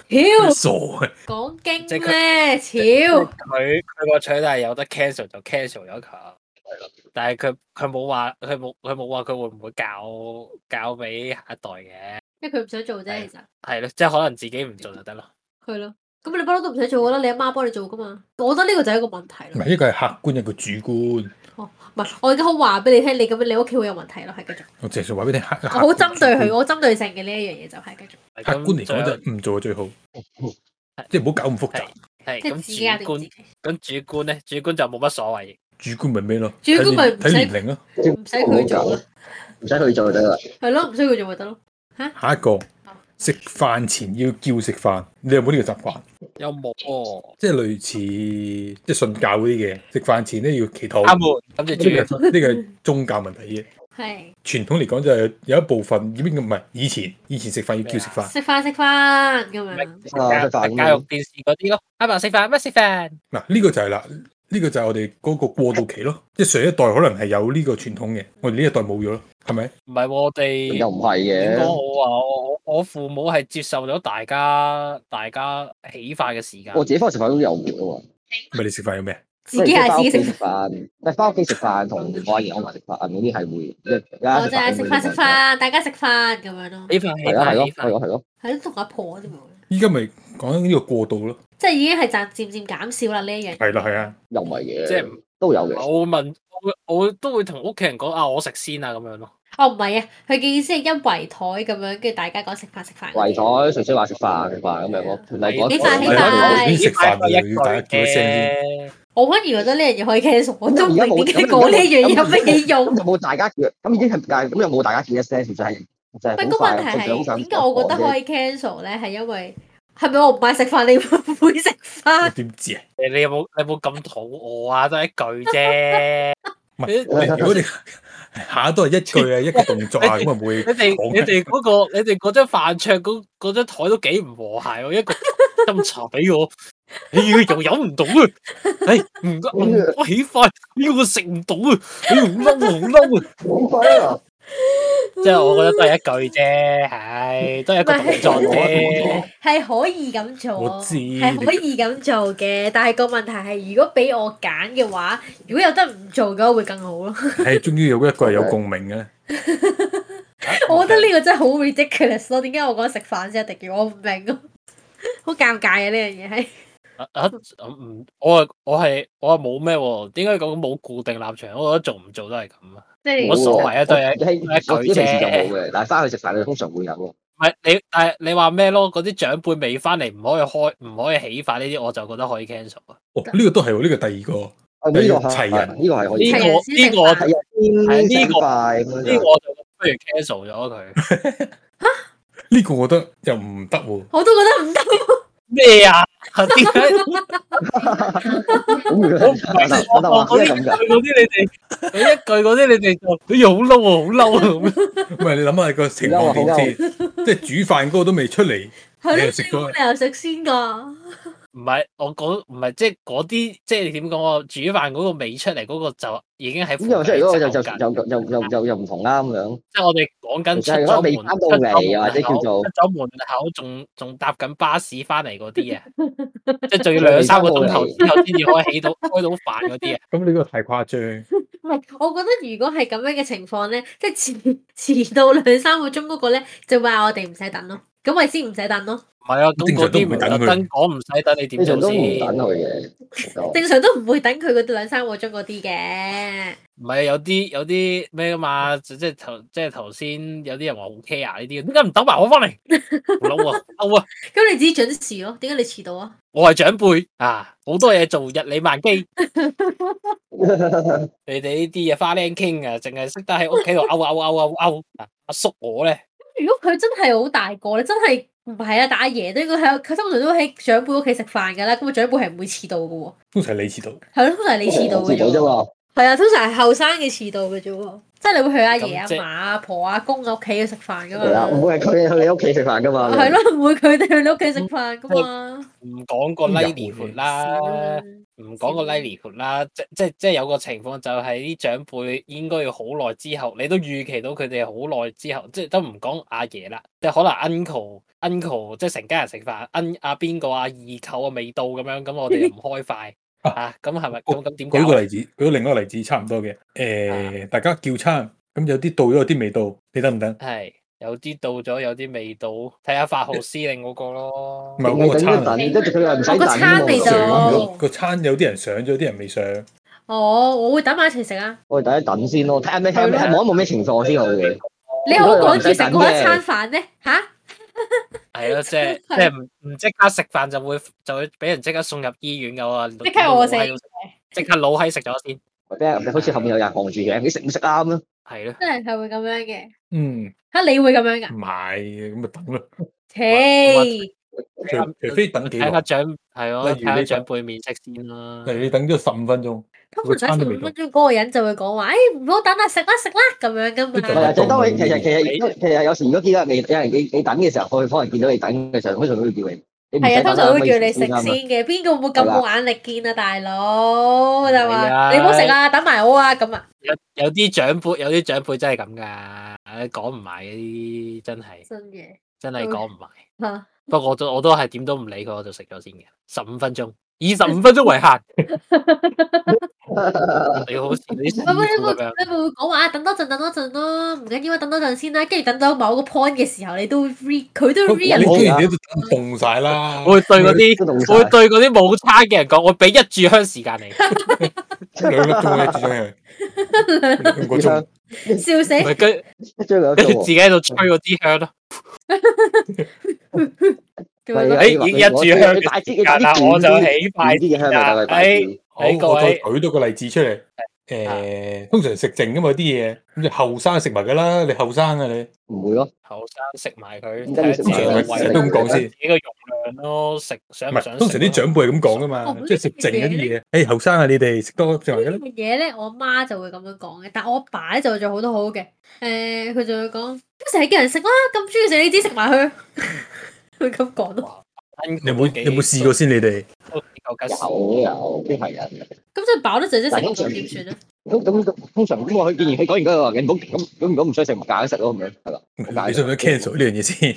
S3: 屌，
S1: 傻啊嘅。
S3: 講經
S2: 即係
S3: 咩？
S2: 佢
S3: 屌，
S2: 佢個取態有得 cancel 就 cancel 咗佢，但係佢佢冇話佢冇佢冇話佢會唔會教教俾下一代嘅，
S3: 因為佢唔想做啫，
S2: 係
S3: 其實
S2: 係咯，即係可能自己唔做就得咯。
S3: 係咯。咁你不嬲都唔使做噶啦，你阿媽幫你做噶嘛。我覺得呢個就係一個問題
S1: 唔
S3: 咯。
S1: 係呢個係客觀，一個主觀。
S3: 唔係，我而家好話俾你聽，你咁樣你屋企會有問題咯，係繼續。
S1: 我淨係話俾你聽，客
S3: 我好
S1: 客觀
S3: 針對
S1: 主觀
S3: 佢，我針對性嘅呢一樣嘢就係繼續，
S1: 客觀嚟講
S2: 咁
S1: 就係唔做最好，即係唔好搞咁複雜。
S2: 係
S3: 即係自己壓
S2: 咁主觀
S3: 定自己，
S2: 咁主觀咧，主觀就冇乜所謂。
S1: 主觀咪咩咯？
S3: 主觀咪唔
S1: 睇
S3: 使
S1: 年睇年齡咯。啊
S3: 唔使佢做啦，
S4: 唔使去做就得啦。
S3: 係咯，唔需要佢做咪得咯。
S1: 下一個食飯前要叫食飯，你有冇呢個習慣？
S2: 有冇喎
S1: 即係類似即係信教嗰啲嘅，食飯前咧要祈禱。
S2: 阿門，諗住
S1: 呢
S2: 主
S1: 個呢個係宗教問題嘅。
S3: 係
S1: 傳統嚟講就係有一部分已經唔係以前，以前食飯要叫食飯。
S3: 食飯食飯咁樣，
S4: 啊食飯
S2: 啊教育電視嗰啲咯，阿嫲食飯乜食飯？
S1: 嗱呢個就係啦，呢個就係我哋嗰個過渡期咯，即係上一代可能係有呢個傳統嘅，我哋呢一代冇咗咯，係咪？
S2: 唔係喎我哋
S4: 又唔係
S2: 點講
S4: 嘅，
S2: 好啊？我我我父母係接受咗大家大家起發嘅時間。
S4: 我自己翻去食飯都有嘅喎，
S1: 咪你食飯有咩？啊
S3: 自己嗌自己
S4: 即係
S3: 食，
S4: 翻屋企食飯，唔係翻屋企食飯同我阿爺我嫲食飯嗰啲係會，即係
S3: 我
S4: 家
S3: 就係
S4: 食
S3: 食飯食
S4: 飯會
S3: 飯，大家食飯咁樣咯。
S2: 起發起
S4: 係咯啊
S2: 發
S4: 係咯
S2: 起發
S4: 係，咯係咯，
S3: 係咯，同阿婆啫嘛，
S1: 依家咪講緊呢個過渡咯，
S3: 即係已經係暫漸漸減少啦呢一樣。
S1: 係啦係啊，
S4: 又唔係哦嘅，
S2: 即係唔
S4: 都有嘅。
S2: 我會問，我會我會都會同屋企人講啊，我食先啊咁樣咯。
S3: 哦，唔係啊，佢嘅意思係一圍台咁樣，跟住大家講食飯食飯。
S4: 圍台純粹話食飯食飯咁樣，我唔係啊講
S3: 起飯起飯
S1: 已經食飯
S2: 呢塊係一
S1: 要大家叫一聲先
S2: 句嘅
S3: 我反而覺得呢樣嘢可以 cancel，我都唔
S4: 而家冇
S3: 明點解講呢樣嘢有乜嘢用
S4: 咁。就冇大家叫，咁已經係但係咁又冇大家叫一聲，純粹係就係
S3: 喂，
S4: 好
S3: 個
S4: 快
S3: 問題
S4: 純粹好
S3: 係
S4: 想
S3: 點解我覺得
S4: 講
S3: 可以 cancel 咧？係因為係咪我唔買食飯，你會唔會食
S1: 我
S3: 飯？
S1: 點知啊？
S2: 你你有冇你有冇咁肚餓啊？得一句啫。
S1: 唔
S2: 你
S1: 係，你如果你 下都係一句啊，一個動作啊，咁啊唔 會
S2: 你哋
S1: 講
S2: 你哋嗰、個你哋嗰張飯桌嗰嗰張台都幾唔和諧喎，一個斟茶俾我，哎呀又飲唔到啊！哎唔得，唔得起快，呢、個食唔到啊！哎呀好嬲啊，好嬲啊！
S4: 好快啊！
S2: 即係我覺得都係一句啫，唉，都係一個動作啫。
S3: 係可以咁做
S1: 我，知
S3: 係可以咁做嘅。但係個問題係，如果俾我揀嘅話，如果有得唔做嘅話，會更好 咯。
S1: 係終於有一個係有共鳴嘅。
S3: 我覺得呢個真係好 ridiculous 咯。點解我講食飯先一定要？我唔明咯，好尷尬啊！呢樣嘢係
S2: 啊啊唔，我係我係我係冇咩喎？點解講冇固定立場？我覺得做唔做都係咁啊。
S3: 即係
S2: 冇所謂啊都係
S4: 係
S2: 都係一句啫
S4: 我自己平時就冇嘅，但係翻去食飯你通常會有喎。
S2: 唔係你，但係你話咩咯？嗰啲長輩未翻嚟，唔可以開，唔可以起發呢啲，我就覺得可以 cancel 啊。
S1: 哦，呢個都係喎，呢個第二個。
S4: 啊呢個係
S1: 齊人
S4: 呢個係可以
S2: 呢、
S3: 齊
S2: 個
S3: 人先食
S2: 呢、個我
S3: 飯
S4: 係啊，
S2: 係呢個
S4: 個
S2: 呢個我就不如 cancel 咗佢
S1: 呢個我覺得又唔得喎，
S3: 我都覺得唔得。
S2: 咩啊？點解
S4: 咁樣
S2: 我唔係我我
S4: 我
S2: 嗰
S4: 覺
S2: 啲
S4: 得
S2: 一句嗰啲你哋，
S4: 咁㗎
S2: 你一句嗰啲你哋就哎呀好嬲啊，好嬲啊咁樣。
S1: 唔係你諗下個情況點先，即係煮飯嗰個都未出嚟，你
S3: 係咯，
S1: 又食咗
S3: 你又食先㗎。
S2: 唔係我講唔係即係嗰啲即係點講啊？煮飯嗰個未出嚟嗰個就已經喺
S4: 咁又出嚟嗰個就就
S2: 附近
S4: 就就就就就又唔同啦咁樣，
S2: 即係我哋講緊出
S4: 就係嗰
S2: 咗
S4: 個未
S2: 門
S4: 翻到嚟啊或者叫做
S2: 出咗門口仲仲搭緊巴士翻嚟嗰 啲啊，即係仲要兩三個鐘頭之後先至可以 起到開到飯嗰啲啊。
S1: 咁呢個太誇張。
S3: 唔係，我覺得如果係咁樣嘅情況咧，即係遲 遲到兩三個鐘嗰個咧，就話我哋唔使等咯。咁咪先唔使等咯，
S2: 唔係啊，咁嗰啲唔特登講唔使等你點
S4: 通常
S2: 做
S4: 都唔
S2: 先？
S4: 等佢嘅。
S3: 正常都唔會等佢嗰兩三個鐘嗰啲嘅。
S2: 唔係啊，有啲有啲咩噶啊嘛？即係頭即係頭先有啲人話好 care 啊呢啲，點解唔等埋我翻 嚟？好嬲啊，好嬲啊！
S3: 咁你自己準時咯，點解你遲到啊？
S2: 我係長輩啊，好多嘢做，日理萬機。你哋呢啲嘢花靚傾啊，淨係識得喺屋企度勾啊勾啊勾啊勾啊！阿叔我咧，
S3: 如果佢真係好大個咧，真係唔係啊，打爺都應該喺佢通常都喺長輩屋企食飯㗎啦。咁啊，長輩係唔會遲到嘅喎。
S1: 通常你遲到，
S3: 係咯，通常係你遲到嘅
S4: 遲到
S3: 啫
S4: 啫
S3: 喎。
S4: 嘛，
S3: 係啊，通常係後生嘅遲到嘅啫喎。即係你會去阿爺
S2: 咁
S3: 阿
S2: 即
S3: 嫲阿婆阿公嘅屋企去食飯㗎
S4: 係
S3: 嘛
S4: 啦，唔。會係佢去你屋企食飯㗎嘛。
S3: 係咯，唔會佢哋去你屋企食飯噶嘛。
S2: 唔講個
S1: 有嘅
S2: livelihood 啦，唔講個
S3: 少
S2: livelihood 啦，即即即有個情況就係啲長輩應該要好耐之後，你都預期到佢哋好耐之後，即都唔講阿爺啦，即可能 uncle uncle 即成家人食飯，un 阿邊個阿二舅啊未到咁樣，咁我哋又唔開
S1: 啊
S2: 快啊，咁係咪咁咁點搞
S1: 舉
S2: 啊？
S1: 個例子，舉個另一個例子差唔多嘅。
S3: 啊
S1: 誒，大家叫餐，咁有啲到咗，有啲未到，你等唔等？
S2: 係有啲到咗，有啲未到，睇下發號施令嗰個咯
S1: 唔。係我個餐啊，
S4: 跟住佢又唔使
S3: 我
S4: 等
S3: 個
S4: 喎。
S3: 餐未
S1: 上
S3: 到
S1: 咗個餐有啲人上咗，有啲人未上。
S3: 哦，我會等埋一齊食啊！
S4: 我哋等一等先咯，睇下咩睇下咩望一望咩情況先好嘅。
S3: 你
S4: 好
S3: 好
S4: 我
S3: 趕
S4: 唔
S3: 住
S4: 使
S3: 食
S4: 等
S3: 嗰一
S4: 嘅
S3: 餐飯咩？吓？
S2: 係咯，即係即係唔唔即刻食飯就會就會俾人即刻送入醫院噶喎。即
S3: 刻餓死，
S2: 即刻老閪食咗先，
S4: 或者好似後面有人望住嘅，你食唔食啱啦？
S2: 係咯。
S3: 真係係會咁樣嘅
S1: 嗯，
S3: 吓？你會咁樣噶
S1: 唔？係，咁咪等咯。
S3: 切，
S1: 除除非等幾
S2: 啊睇下
S1: 耐，
S2: 長係咯，
S1: 例
S2: 睇
S1: 如呢個
S2: 下長輩面色先啦。
S1: 例如你等咗十五分鐘，
S3: 通常喺十五分鐘嗰個人就會講話：，誒唔好等啦，食啦食啦咁樣噶
S1: 呢
S4: 唔係
S1: 個
S4: 啊，
S3: 嘛。
S4: 最多你其實其實其實有時如果見到你有人你你等嘅時候，佢可能見到你等嘅時候，佢就會叫你你唔使
S3: 係啊，
S4: 等
S3: 通
S4: 啦
S3: 常會叫你
S4: 咪
S3: 食先
S4: 啱啊
S3: 嘅，邊個會咁冇眼力見啊，大佬就
S2: 係
S3: 話
S2: 啊
S3: 你唔好食啊，等埋我啊，咁啊，
S2: 有有啲長輩，有啲長輩真係咁噶，講唔埋嗰啲真係
S3: 真嘢
S2: 真係講唔埋。
S3: 嚇，
S2: 不過我都我都係點都唔理佢，我就食咗先嘅，十五分鐘，以十五分鐘為限。你好似
S4: 啊
S2: 啲師
S3: 喂喂你
S2: 傅
S3: 會
S2: 咁樣，
S3: 你會講話啊，等多陣，等多陣咯，唔緊要啊，等多陣先啦，跟住等到某個 point 嘅時候，你都會 re 佢都
S1: 你
S3: re 人
S4: 好
S1: 居
S4: 啊
S1: 然喺度凍晒 啦！
S2: 我會對嗰啲
S4: 都凍晒
S2: 我會對嗰啲冇餐嘅人講，我俾一炷香時間你。
S1: 兩粒鐘一支香， 兩個鐘。
S3: 笑死，
S2: 咪跟
S4: 一張兩
S2: 跟住
S4: 張
S2: 自己喺度吹嗰支香咯，
S3: 咁樣
S2: 哎已經一炷香
S4: 你
S2: 嘅
S4: 擺支你擺
S2: 嗱
S4: 支
S2: 我就
S4: 捲
S2: 起快
S4: 捲啲嘅香咪得啦，擺
S2: 哎
S4: 支
S1: 好，
S2: 哎各
S1: 我再
S2: 位啊
S1: 舉多個例子出 嚟。誒，通常食剩噶嘛啲嘢，咁就後生食埋噶啦，你後生啊你。
S4: 唔會咯，
S2: 後生食埋佢，
S4: 唔
S2: 睇
S4: 得
S2: 下自
S4: 你食
S2: 己
S4: 埋
S2: 個
S4: 佢
S2: 胃
S4: 先都咁講
S1: 先
S2: 自己個容量咯，食啊想
S1: 唔
S2: 唔
S1: 係，
S2: 想
S1: 通常啲
S2: 食咯
S1: 長輩係咁講噶
S3: 我
S1: 嘛
S3: 唔，
S1: 即係食剩嗰啲嘢。誒，後生啊，你哋食多食埋㗎
S3: 呢
S1: 啦。
S3: 樣嘢咧，我媽就會咁樣講嘅，但我阿爸咧就做好多好嘅。誒、佢就會講，咁成日叫人食啦，咁中意食你知食埋佢， 佢咁講咯。
S1: 你有冇有冇試過？先？你哋
S2: 都幾夠吉屎
S4: 有有啲係人。
S3: 咁即係飽得滯，即係食唔到點算咧？
S4: 咁咁通常咁我佢建議佢講完嗰個話嘅，咁咁咁如果唔想食咪揀食咯咁樣，係啦。
S1: 你
S4: 好簡單
S1: 想唔想 cancel 呢樣嘢先？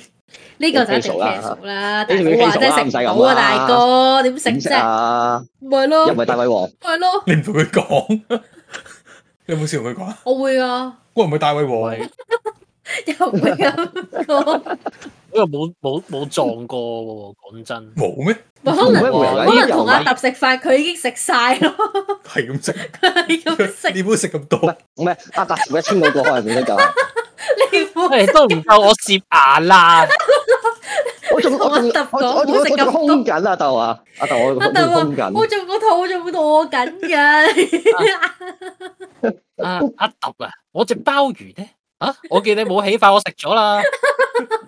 S3: 呢個就一定
S4: cancel 啦
S3: cancel 啦，大
S4: 呢個要
S3: 佬話
S4: cancel
S3: 真
S4: 啦
S3: 係食唔到
S4: 唔使咁
S3: 啊，
S4: 啦
S3: 大哥點食
S4: 點食
S3: 啫？
S4: 啊？
S3: 咪
S4: 又
S3: 咯
S4: 唔，係大胃王，
S3: 咪咯，
S1: 你唔同佢講，你有冇試同佢講啊？
S3: 我會啊，
S1: 我唔係大胃王，
S3: 又會咁講，
S2: 因為冇冇冇撞過喎，講真。
S1: 冇咩？
S3: 咪可
S2: 唔
S3: 能
S2: 會
S4: 唔會
S3: 可能
S4: 又唔
S3: 同阿
S4: 係
S3: 揼食飯，佢已經食晒 咯，
S1: 係咁食，
S3: 係咁食，
S1: 你唔好食咁多。
S4: 唔係阿達一千個個可能本身就係。
S3: 你唔好
S2: 喂， 都唔夠我攝眼啦！啊
S4: 我仲我仲我仲我仲我仲空緊啊豆啊！阿豆我
S3: 阿豆啊
S4: 空，緊
S3: 我。仲個肚仲餓緊㗎。
S2: 啊，
S3: 嗯
S2: 阿揼啊，我只鮑魚咧，啊，我見你冇起飯，我食咗啦。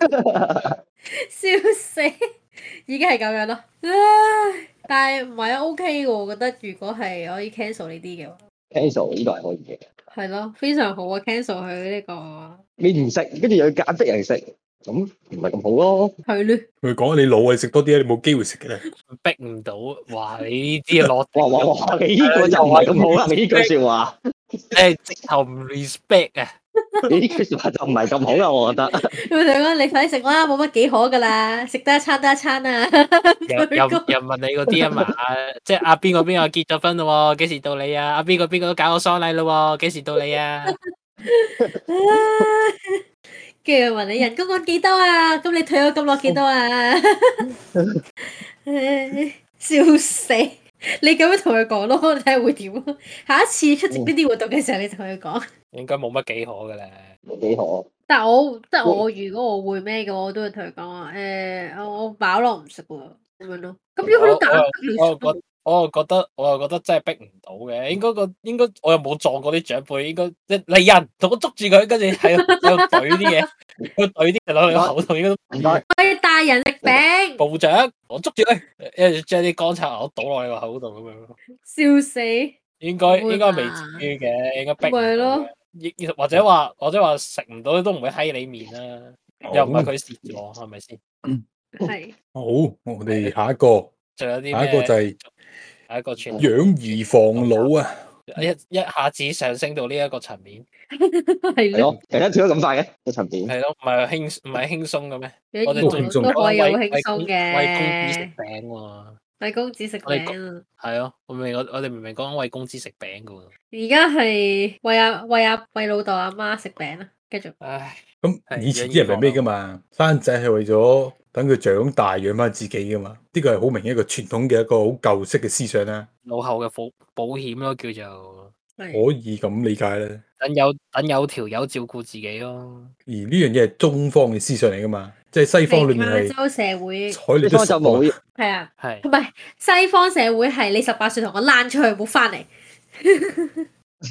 S3: 笑死，已經係咁樣咯。唉，但係唔係啊，OK 嘅，我覺得如果係可以 cancel 呢啲嘅話，
S4: cancel 呢個係可以嘅，
S3: 係咯，非常好啊，cancel 佢呢個
S4: 你唔食，跟住又要揀逼人食，咁唔係咁好咯。
S3: 佢咧，
S1: 佢講你老啊，你食多啲啊，你冇機會食嘅咧。
S2: 逼唔到，哇！你呢啲嘢落地
S4: 哇哇哇！你呢個就唔係咁好啦，啊你呢句説話，
S2: 誒直頭唔 respect 啊！
S4: 你呢句説話就唔係咁好啦，我覺得。
S3: 佢就講你快啲食啦，冇乜幾可噶啦，食得一餐得一餐啊。
S2: 又又
S3: 佢講
S2: 又問你嗰啲啊嘛，啊即係阿邊個邊個結咗婚咯喎，幾時到你啊？阿邊個邊個都搞咗喪禮咯喎，幾時到你啊？
S3: 唉 跟住又問你人工按幾多啊？咁你退咗咁耐幾多啊？ 唉笑死！你咁樣同佢講咯，睇下會點咯。下一次出席呢啲活動嘅時候，你同佢講。
S2: 應該冇乜幾可噶啦。
S4: 幾好。啊
S3: 但我即係
S4: 喂
S3: 我如果我會咩嘅話，我都會同佢講話誒，我我飽咯，我唔食喎咁樣咯。咁如果
S2: 我
S3: 佢都搞
S2: 我又
S3: 唔
S2: 覺我又覺得我又覺得真係逼唔到
S3: 嗯
S2: 嘅，應該個應該我又冇撞過啲長輩，應該即係嚟人同我捉住佢，跟住喺度喺度懟啲嘢， 佢懟啲嘢落去口度，應該都
S4: 唔該，
S3: 我哋大人食餅，
S2: 部長，我捉住佢，跟住將啲乾炒牛倒落你個口度咁樣。
S3: 笑死！
S2: 應該
S3: 會
S2: 應該未
S3: 吧
S2: 至於嘅，應該逼唔
S3: 咪
S2: 到
S3: 咯
S2: 嘅。亦亦或者話或者話食唔到都唔會閪你面啦，
S1: 哦
S2: 又唔係佢蝕咗，係咪先？
S3: 係
S1: 好，我哋下一個，
S2: 仲有啲
S1: 下一個就
S2: 咩？
S1: 係
S2: 下一個傳
S1: 養兒防老啊。
S2: 一一下子上升到呢一個層面，
S3: 係
S4: 係
S3: 咯，
S4: 咯，突然間跳得咁快嘅個層
S1: 嗯
S4: 面，
S2: 係咯，唔係輕唔係輕鬆嘅咩？我哋
S1: 都
S2: 仲
S1: 輕鬆
S3: 都可以好
S2: 喂
S3: 輕
S2: 喂
S3: 鬆
S2: 喂公子食
S3: 嘅，
S2: 餅喎，
S3: 喂公子食
S2: 我哋
S3: 餅啊！
S2: 係咯，我明我我哋明明講喂公子食餅噶喎，
S3: 而家係喂阿喂阿喂老豆阿媽食餅啦，繼續
S2: 唉，
S1: 咁
S2: 係
S1: 以前啲人係咩噶嘛？生仔係為咗等佢長大養翻自己噶嘛？呢個係好明顯一個傳統嘅一個好舊式嘅思想啦，
S2: 老後嘅保保險咯，叫做
S1: 可
S3: 係
S1: 以咁理解啦。
S2: 等有等有條友照顧自己咯，
S1: 而呢樣嘢係中方嘅思想嚟噶嘛？即係西方裏面
S3: 係
S1: 係
S3: 亞洲社會
S1: 睬你
S4: 對
S1: 都
S4: 方
S1: 食
S4: 就
S1: 啊
S4: 冇
S1: 嘛，
S3: 係啊，
S2: 係
S3: 唔係西方社會係你十八歲同我躝出去冇翻嚟，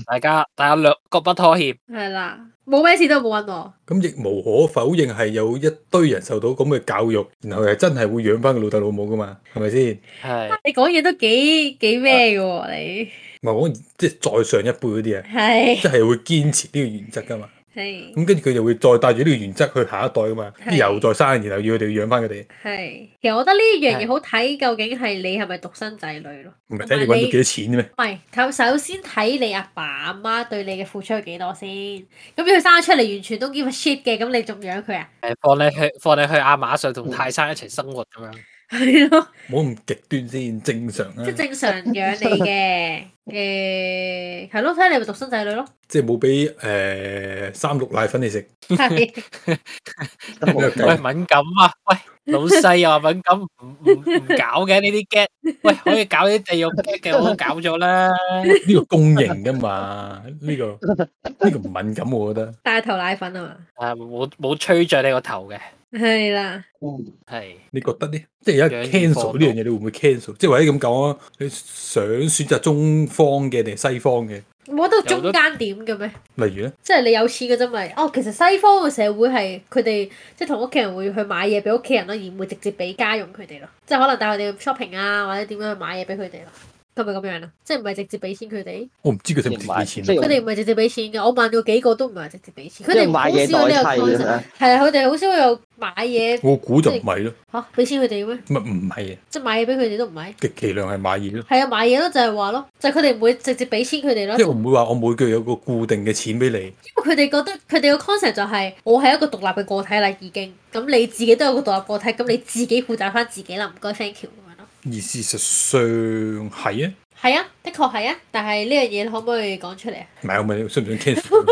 S2: 大家大家略各不拖欠。
S3: 係啦，冇咩事都冇揾我。
S1: 咁亦無可否認係有一堆人受到咁嘅教育，然後係真係會養翻個老豆老母噶嘛？係咪先？
S2: 係
S3: 你講嘢都幾幾咩嘅喎，你
S1: 唔係講即係再上一輩嗰啲啊，
S3: 係
S1: 即係會堅持呢個原則噶嘛？
S3: 係
S1: 咁跟住佢就會再帶住呢個原則去下一代噶嘛，
S3: 係
S1: 又再生，然後要佢哋養翻佢哋，
S3: 係，其實我覺得呢樣嘢
S2: 係
S3: 好睇，究竟係你係咪獨生仔女咯？
S1: 唔係
S3: 同
S1: 睇
S3: 埋
S1: 你揾到
S3: 你
S1: 幾多錢咩？
S3: 唔係，睇首先睇你阿爸阿媽對你嘅付出有幾多先。咁如果佢生咗出嚟完全都 give a shit 嘅，咁你仲養佢啊？
S2: 诶，放你去放你去亚马逊同泰山一齊生活咁樣。
S3: 係咯，
S1: 唔好咁極端先，正常啊
S3: 即係，正常養你嘅。誒係咯，睇你係咪獨生仔女咯。
S1: 即係冇俾誒三鹿奶粉 你食，
S3: 係
S4: 都冇
S1: 係
S2: 喂，敏感啊！喂，老細又話敏感，唔唔唔搞嘅呢啲 get。喂，可以搞啲地獄 get 嘅，我都搞咗啦。
S1: 呢個公營噶嘛，呢個呢個唔敏感，我覺得。
S3: 大頭奶粉啊嘛。
S2: 啊，冇冇吹着你個頭嘅，
S3: 係啦，
S4: 嗯
S2: 係
S1: 你覺得呢？即係而家
S2: 養兒
S1: cancel
S2: 防
S1: 呢樣嘢，你會唔會 cancel？即係或者咁講啊，你想選擇中方嘅定係西方嘅？
S3: 我覺得
S2: 有
S3: 中
S2: 得
S3: 間點嘅咩？
S1: 例如咧，
S3: 即係你有錢嘅啫咪。哦，其實西方嘅社會係佢哋即係同屋企人會去買嘢俾屋企人咯，而唔會直接俾家用佢哋咯。即係可能帶佢哋去 shopping 啊，或者點樣去買嘢俾佢哋咯。係咪咁樣啊？即係唔係直接俾錢佢哋？
S1: 我唔知佢哋唔值幾
S4: 即
S1: 錢啊。
S3: 佢哋唔係直接俾錢嘅。我問過幾個都唔係直接俾錢，佢哋
S4: 嗯係
S3: 好
S4: 買嘢
S3: 少有呢
S4: 代
S3: 個
S4: 替
S3: concept。
S4: 咁
S3: 係啊，佢哋好少有買嘢
S1: 我估就唔係咯，
S3: 嚇俾錢佢哋嘅咩？
S1: 唔係唔係啊，
S3: 即係買嘢俾佢哋都唔買。
S1: 極其量係買嘢咯。
S3: 係啊，買嘢咯，就係話咯，就係佢哋唔會直接俾錢佢哋咯
S1: 即。係我唔會話我每個月有個固定嘅錢俾你，
S3: 佢哋覺得佢哋個 concept 就係、我係一個獨立嘅個體啦，已經咁你自己都有個獨立個體，咁你自己負責翻自己啦，唔該 thank you 咁樣咯。
S1: 而事實上係啊，
S3: 係啊，的確係啊，但係呢樣嘢你可唔可以講出嚟啊？
S1: 唔係我問你想唔想 cancel？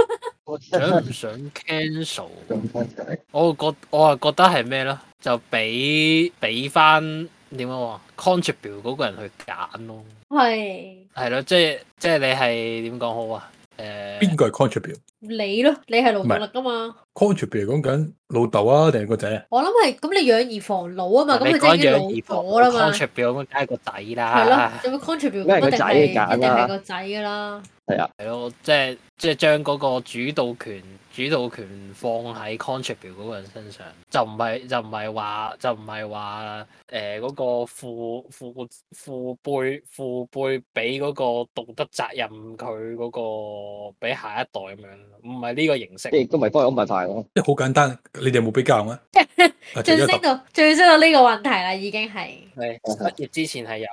S2: 想唔想 cancel？
S4: 樣
S2: 我覺我啊係覺得係咩咧？就俾俾翻點樣話 contribute 嗰個人去揀咯。
S3: 係
S2: 係咯，即係即係你係點講好啊？诶、
S1: 邊個係 contribute？contribute
S3: 你咯，你係勞動力㗎嘛？
S1: 係講緊老豆啊，定係個仔啊？
S3: 我諗係咁，你養兒防老啊嘛，咁
S2: 你
S3: 佢真係
S2: 講
S3: 已經
S2: 養
S3: 老
S2: 兒
S3: 咗啦嘛，
S2: contribute 咁梗係個仔
S3: 係咯
S2: 啦，，
S3: 有冇 contribute
S4: 因為
S3: 咁
S4: 個
S3: 一定
S4: 仔
S3: 係
S4: 揀啊
S3: 一定係個仔㗎啦。
S2: 係咯，即係即係將嗰個主導權主導權放喺 contribute 嗰個人身上，就唔係就唔係話就唔係話誒嗰個父父父輩父輩俾嗰個道德責任佢嗰個俾下一代咁樣，唔係呢個形式
S4: 即。係都唔係幫我問題咯。
S1: 即係好簡單，你哋有冇俾教啊？啊就
S3: 最
S1: 一
S3: 升
S1: 揼
S3: 到最升到呢個問題啦，已經係
S2: 係畢業之前係有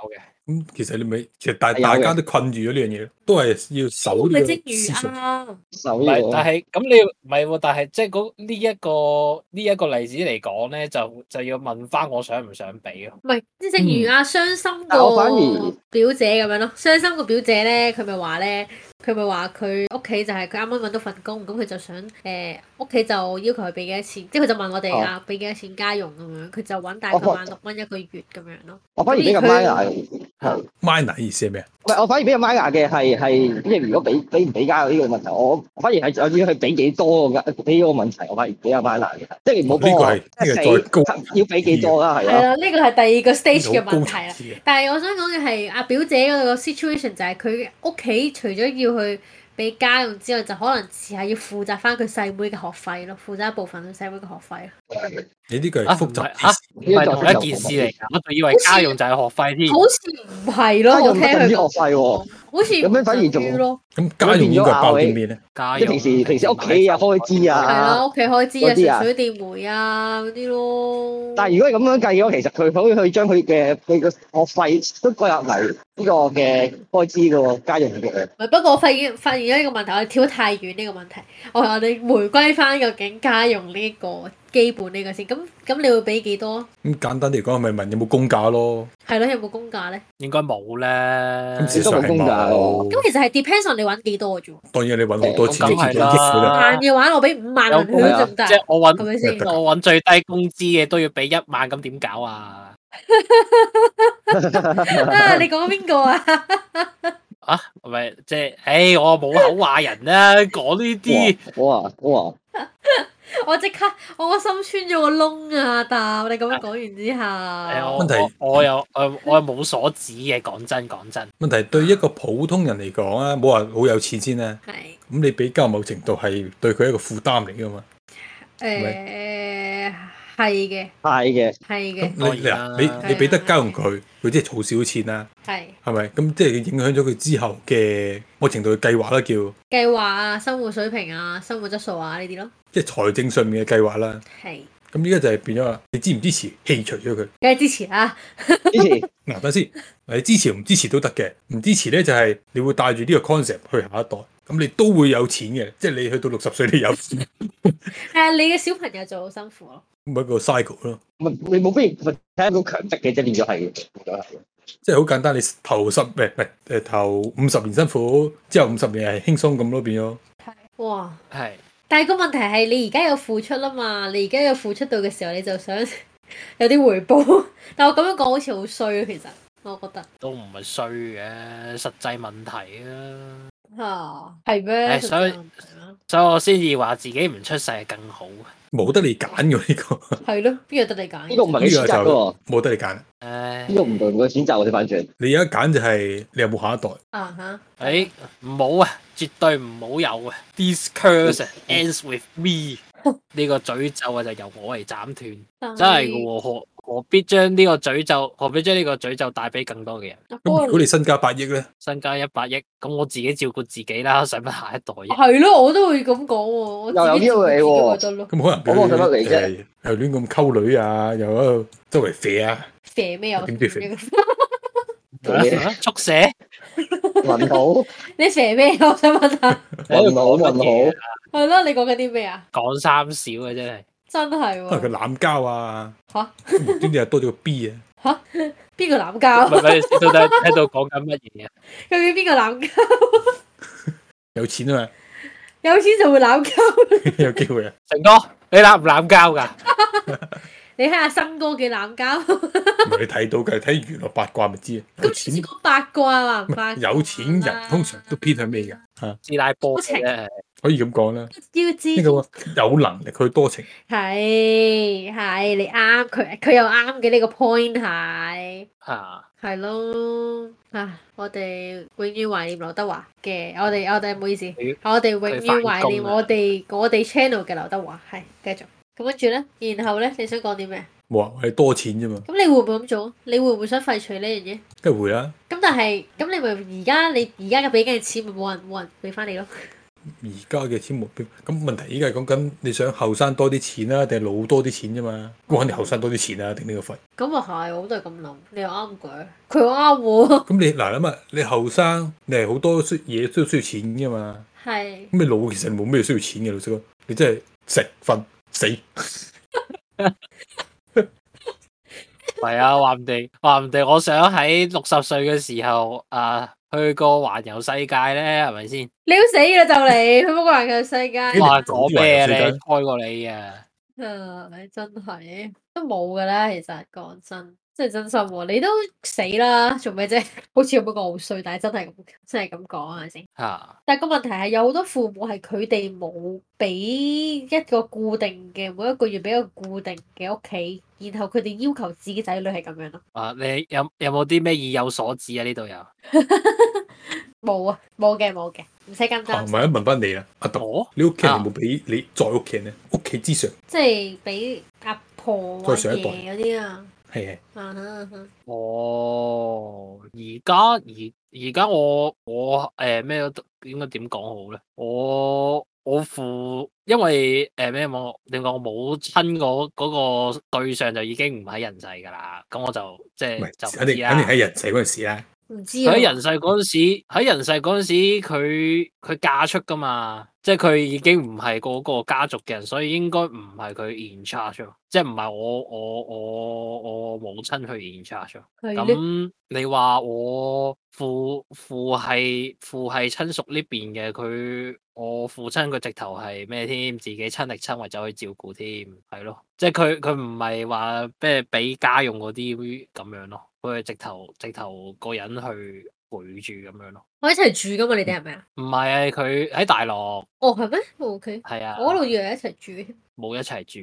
S2: 嘅，
S1: 咁，其實你咪其實大
S4: 係有
S1: 大
S4: 嘅
S1: 家都困住咗呢樣嘢，都係要守呢
S3: 咪
S1: 個
S3: 正
S1: 思
S3: 如
S1: 想。
S3: 啊，
S4: 手
S2: 唔
S4: 呢
S2: 係，但
S4: 個
S2: 係咁你唔係喎，但係即係嗰呢一個呢一個例子嚟講咧，就就要問翻我想唔想俾咯。
S3: 唔係，即係正如阿傷心
S4: 但我反
S3: 個
S4: 而
S3: 表姐咁樣咯。傷心個表姐咧，佢咪話咧，佢咪話佢屋企就係佢啱啱揾到份工，咁佢就想誒屋企就要求佢俾幾多錢，即係佢就問我哋
S4: 哦
S3: 啊，俾幾多錢家用咁樣，佢就揾大概
S4: 我覺
S3: 萬六蚊一個月咁樣咯。
S4: 我反而比較
S3: 佢
S4: minor 係。
S1: minor 意思係咩啊？
S4: 唔係，我反而比較 minor 嘅係係，即係如果俾俾唔俾家呢個問題，我我反而係我要去俾幾多嘅俾呢個問題，我反而比較 minor 嘅，即係唔好幫我
S1: 呢個係呢個係再嗯高
S4: 要俾幾多啦，係
S3: 係
S4: 啊，
S3: 啦，呢個係第二個
S1: 呢個
S3: stage 嘅
S1: 好高
S3: 問
S1: 層
S3: 題啦。
S1: 次嘅。
S3: 但係我想講嘅係阿表姐嗰個 situation 就係佢屋企除咗要去俾家用之外，就可能只係要負責翻佢細妹嘅學費咯，負責一部分佢細妹嘅學費咯。
S1: 你呢個係
S2: 啊
S1: 複雜
S2: 唔係啊
S1: 啲，
S2: 唔係同一件事嚟㗎，我仲以為家用就係學費添。
S3: 好似唔係咯，
S4: 家
S3: 我
S4: 用唔
S3: 聽
S4: 等
S3: 佢
S4: 於學
S3: 講
S4: 費喎，
S3: 好似
S4: 哦咁樣反而仲
S3: 唔咯，
S1: 咁家用應該係包
S4: 變咗
S1: 啲
S4: 拗
S1: 咩咧？
S2: 家
S4: 即係
S2: 用
S4: 平時平時屋企啊開支
S3: 係
S4: 啊
S3: 啦，屋企開支
S4: 嗰啲
S3: 啊，
S4: 啊
S3: 水水電煤啊嗰啲咯。
S4: 但係如果係咁樣計嘅話，其實佢可以去將佢嘅佢嘅學費都歸入嚟呢個嘅開支嘅喎，家用嘅。
S3: 唔係不過我發現發現咗呢個問題，我哋跳得太遠呢個問題，我我哋回歸翻究竟家用呢個基本呢個先。咁咁你會俾幾多？
S1: 咁簡單啲嚟講，係咪問有冇公價咯？
S3: 係咯，有冇公價咧？
S2: 應該冇
S1: 咁事
S2: 咧
S1: 實。上係
S4: 都冇公價
S1: 冇
S4: 喎。
S3: 咁其實係 depends on 你揾幾多嘅啫喎。
S2: 啊
S1: 當然你揾好多錢就
S2: 咁梗係
S1: 已經益㗎啦。
S2: 啦
S3: 萬，嘅話，我俾五萬
S2: 有
S3: 蚊
S2: 公
S3: 佢
S4: 價
S3: 就唔
S2: 即
S3: 得，
S2: 係我
S3: 係
S2: 揾
S3: 咪 先？
S2: 我揾最低工資嘅都要俾一萬，咁點搞啊？
S3: 啊，你講邊個啊？
S2: 啊，唔係即係，唉，我冇口話人 啦，講呢啲
S4: 哇哇哇！
S3: 我即刻我個心穿咗個窿啊！但你咁樣講完之
S2: 誒，
S3: 後
S2: 啊我，
S1: 問題
S2: 我我又我我又冇所指嘅，講真講真。
S1: 問題對一個普通人嚟講啊，冇話好有錢先啦。
S3: 係。
S1: 咁你比較某程度係對佢一個負擔嚟㗎嘛？
S3: 誒係係嘅，
S4: 派嘅，
S3: 係嘅，
S1: 咁你
S2: 當然啦
S1: 嗱，你你俾得家用佢，佢即係儲少錢啦，
S3: 係
S1: 係咪？咁即係影響咗佢之後嘅某程度嘅計劃啦，叫
S3: 計劃啊、生活水平啊、生活質素啊呢啲咯，
S1: 即係財政上面嘅計劃啦。
S3: 係
S1: 咁依家就係變咗啦，你支唔支持棄除咗佢？
S3: 梗係支持啦、
S4: 之前
S1: 嗱，等先，你支持唔支持都得嘅，唔支持咧就係你會帶住呢個 concept 去下一代，咁你都會有錢嘅，即係你去到六十歲你有錢，
S3: 誒、你嘅小朋友就好辛苦咯，
S1: 咁一個 cycle 咯。
S4: 咪你冇必要睇下個強迫嘅啫，變咗係，變咗係。
S1: 即係好簡單，你頭十唔係唔係誒頭五十年辛苦，之後五十年係輕鬆咁咯，變咗。
S3: 哇！
S2: 係
S3: 但係個問題係你而家有付出啦嘛，你而家有付出到嘅時候，你就想 有啲回報。 但我咁樣講好似好衰，其實我覺得
S2: 都唔係衰嘅，實際問題啊，
S3: 嚇係咩？
S2: 唉所以所以我先至話自己唔出世係更好。
S1: 冇得你揀嘅呢個，
S3: 係咯，邊有得你揀？
S4: 呢個唔係你選擇嘅
S1: 冇得你揀。
S2: 唉
S4: 喎，呢，個唔同嘅選擇喎，你 反轉。
S1: 你而家揀就係你有冇下一代，
S3: 啊嚇，
S2: 誒唔好啊，絕對唔好有啊！This curse ends with me，呢 個詛咒啊就由我嚟斬斷，
S3: 真
S2: 真係嘅喎，何何必將呢個詛咒，何必將呢個詛咒帶俾更多嘅人？
S3: 啊
S1: 咁如果你身家八億咧，
S2: 身家一百億，咁我自己照顧自己啦，使 乜下一代啫？
S3: 係咯，我都會咁講喎。我
S4: 又有呢個嘢喎
S3: 得咯，
S1: 咁可能佢
S4: 咁我覺得你啫
S1: 誒又亂咁溝女啊，又喺度周圍肥啊，
S3: 射咩有？
S1: 點知肥
S4: 做嘢
S2: 速寫，
S4: 問好，
S3: 你射咩？ 我想問下，
S4: 問好，問
S3: 係咯，你講緊啲咩啊？
S2: 講三少啊，真係
S3: 真係
S1: 可能佢
S3: 喎
S1: 濫交啊，
S3: 嚇
S1: 無端端又多咗個 B 啊，
S3: 邊個 濫交？
S2: 唔係唔係到底喺度講緊乜嘢啊？
S3: 究竟邊個濫交？
S1: 有錢啊嘛，
S3: 有錢就會濫交。
S1: 有機會啊，
S2: 成哥，你濫唔濫交㗎？
S3: 你睇下新哥嘅濫交，
S1: 唔係你睇到嘅，睇娛樂八卦咪知啊， 有
S3: 咁先
S1: 錢啊
S3: 講八卦嘛，唔八卦啊
S1: 有錢人通常都偏向咩㗎？嚇，
S2: 自拉波啫，
S1: 可以咁講啦，
S3: 要知
S1: 呢個有能力去多情，
S3: 係係你啱，佢佢又啱嘅呢個 point 係。
S2: 嚇
S3: 係咯，啊！我哋永遠懷念劉德華嘅，我哋我哋唔好意思
S2: 佢，
S3: 我哋永遠懷念
S2: 佢返工啊
S3: 我哋我哋 channel 嘅劉德華，係繼續。咁跟住咧，然後咧，你想講啲咩？
S1: 冇啊，我係多錢啫嘛，
S3: 咁你會唔會咁做？你會唔會想廢除呢樣嘢？
S1: 梗係會啦。
S3: 咁但係，咁你咪而家你而家嘅俾緊嘅錢，咪冇人冇人俾翻你 咯？
S1: 而家嘅錢目標，咁問題依家係講緊你想後生多啲錢啦、定係老多啲錢啫嘛？咁肯定後生多啲錢啦、定呢個費。
S3: 咁啊係，我都係咁諗。你又啱佢，佢又啱喎。
S1: 咁你嗱諗下，你後生你係好多需嘢都需要錢噶嘛？
S3: 係
S1: 咁你老其實冇咩需要錢嘅，老實講，你真係食瞓死。
S2: 係啊，話唔定話唔定，我想喺六十歲嘅時候啊，去個環遊世界咧，係咪先？
S3: 你要死啦就嚟，去嗰個環球世界。
S1: 哎你
S2: 哇，
S1: 早
S2: 講
S1: 啲
S2: 咩
S1: 環遊
S2: 啊
S1: 世界
S2: 你？開過你啊！
S3: 啊，真係都冇噶啦，其實講真，真係真心喎、你都死啦，做咩啫？ 好似有冇講好衰，但係真係咁，真係咁講啊係咪先？
S2: 嚇
S3: 但係個問題係有好多父母係佢哋冇俾一個固定嘅每一個月俾一個固定嘅屋企，然後佢哋要求自己仔女係咁樣咯。
S2: 啊！你有有冇啲咩意有所指啊？呢度有
S3: 冇啊，冇嘅冇嘅，唔使咁
S1: 啊，
S3: 擔
S1: 唔
S3: 心，
S1: 係啊，問翻你啦，阿杜，
S2: 我
S1: 你屋企人有冇
S2: 啊
S1: 俾你在屋企人咧？屋企之上
S3: 即係俾阿婆
S1: 再
S3: 或者
S1: 上一代
S3: 嗰啲啊。
S1: 係係
S3: 啊哈啊哈
S2: 哦，而家而而家我我誒咩都應該點講好咧？我我父因為誒咩啊我點講我母親嗰嗰個對象就已經唔喺人世㗎啦，咁我就即
S1: 唔
S2: 係就
S1: 係
S2: 唔
S1: 肯
S2: 知
S1: 定肯
S2: 啊
S1: 定
S2: 啦。
S1: 喺人世嗰陣時啦，
S3: 唔知
S2: 佢
S3: 啊
S2: 喺，人世嗰陣時，喺人世嗰陣時，佢佢嫁出噶嘛，即係佢已經唔係嗰個家族嘅人，所以應該唔係佢 in charge 咯，即係唔係我我我我母親去 in charge 咯。
S3: 係咧
S2: 咁你話我父父係父係親屬呢邊嘅，佢我父親佢直頭係咩添？自己親力親為走去照顧添，係咯，即係佢佢唔係話咩俾家用嗰啲咁樣咯，佢係直頭直頭個人去陪住咁樣咯。
S3: 我一齊住噶嘛，你哋係咪啊？
S2: 唔係啊，佢喺大陸，
S3: 哦，係咩？O K。
S2: 係啊，
S3: 我一路以為一齊住添，
S2: 冇一齊住，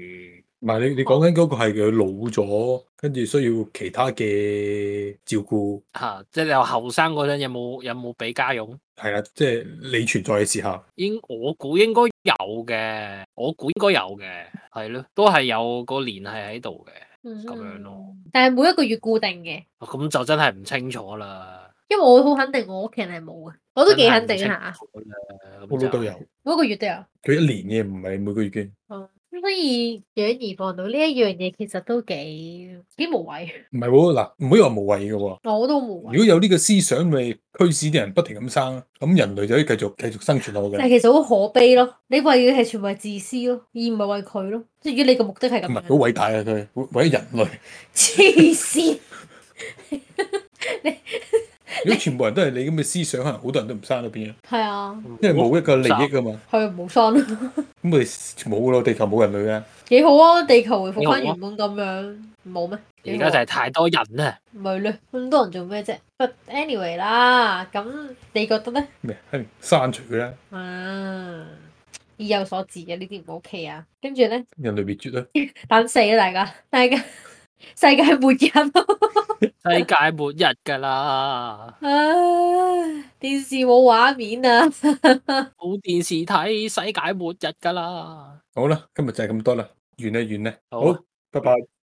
S1: 唔係你你講緊嗰個係佢老咗，跟住需要其他嘅照顧。
S2: 嚇、即係你話後生嗰陣有冇有冇俾家用？
S1: 係啦，即係你存在嘅時候，
S2: 應我估應該有嘅，我估應該有嘅，係咯，都係有個聯繫喺度嘅。
S3: 咁
S2: 咁樣咯。
S3: 但係每一個月固定嘅，
S2: 哦咁就真係唔清楚啦。
S3: 因為我好肯定我屋企人係冇嘅，我都幾肯定下，
S2: 真係唔清楚啦。
S1: 我老豆有，
S3: 每一個月都有。
S1: 佢一年嘅，唔係每個月嘅，
S3: 咁所以養兒防老呢一樣嘢其實都幾幾無謂，
S1: 唔係喎嗱，唔可以話無謂嘅喎。
S3: 我都無
S1: 如
S3: 謂。
S1: 果有呢個思想，咪驅使啲人不停咁生，咁人類就可以繼續繼續生存落去
S3: 但
S1: 嘅。
S3: 係啊其實好可悲咯，你為嘅係全部係自私咯，而唔係為佢咯。即係如果你個目的係咁
S1: 唔係
S3: 樣
S1: 好，偉大啊！佢為為咗人類，
S3: 黐線，
S1: 如果全部人都係你咁嘅思想，可能好多人都唔生到變咗，
S3: 係啊，
S1: 因為冇一個利益啊嘛。
S3: 佢冇生咯。
S1: 咁我哋冇咯，地球冇人類啊。
S3: 幾好啊！地球回復翻
S2: 幾好啊
S3: 原本咁樣，冇咩？啊
S2: 而家就係太多人啊啦。
S3: 唔係咧，咁多人做咩啫？But anyway 啦，咁你覺得咧？
S1: 咩？係刪除佢啦，
S3: 啊，意有所指嘅呢啲唔 OK 啊。跟住咧，
S1: 人類滅絕啦。
S3: 等死啦大家，大家 世界末日咯！
S2: 世界末日㗎啦，
S3: 唉，電視冇畫面啊！
S2: 冇電視睇，世界末日㗎啦。
S1: 好啦，今日就係咁多啦，完啦完啦，
S2: 好啊
S1: 好，拜拜。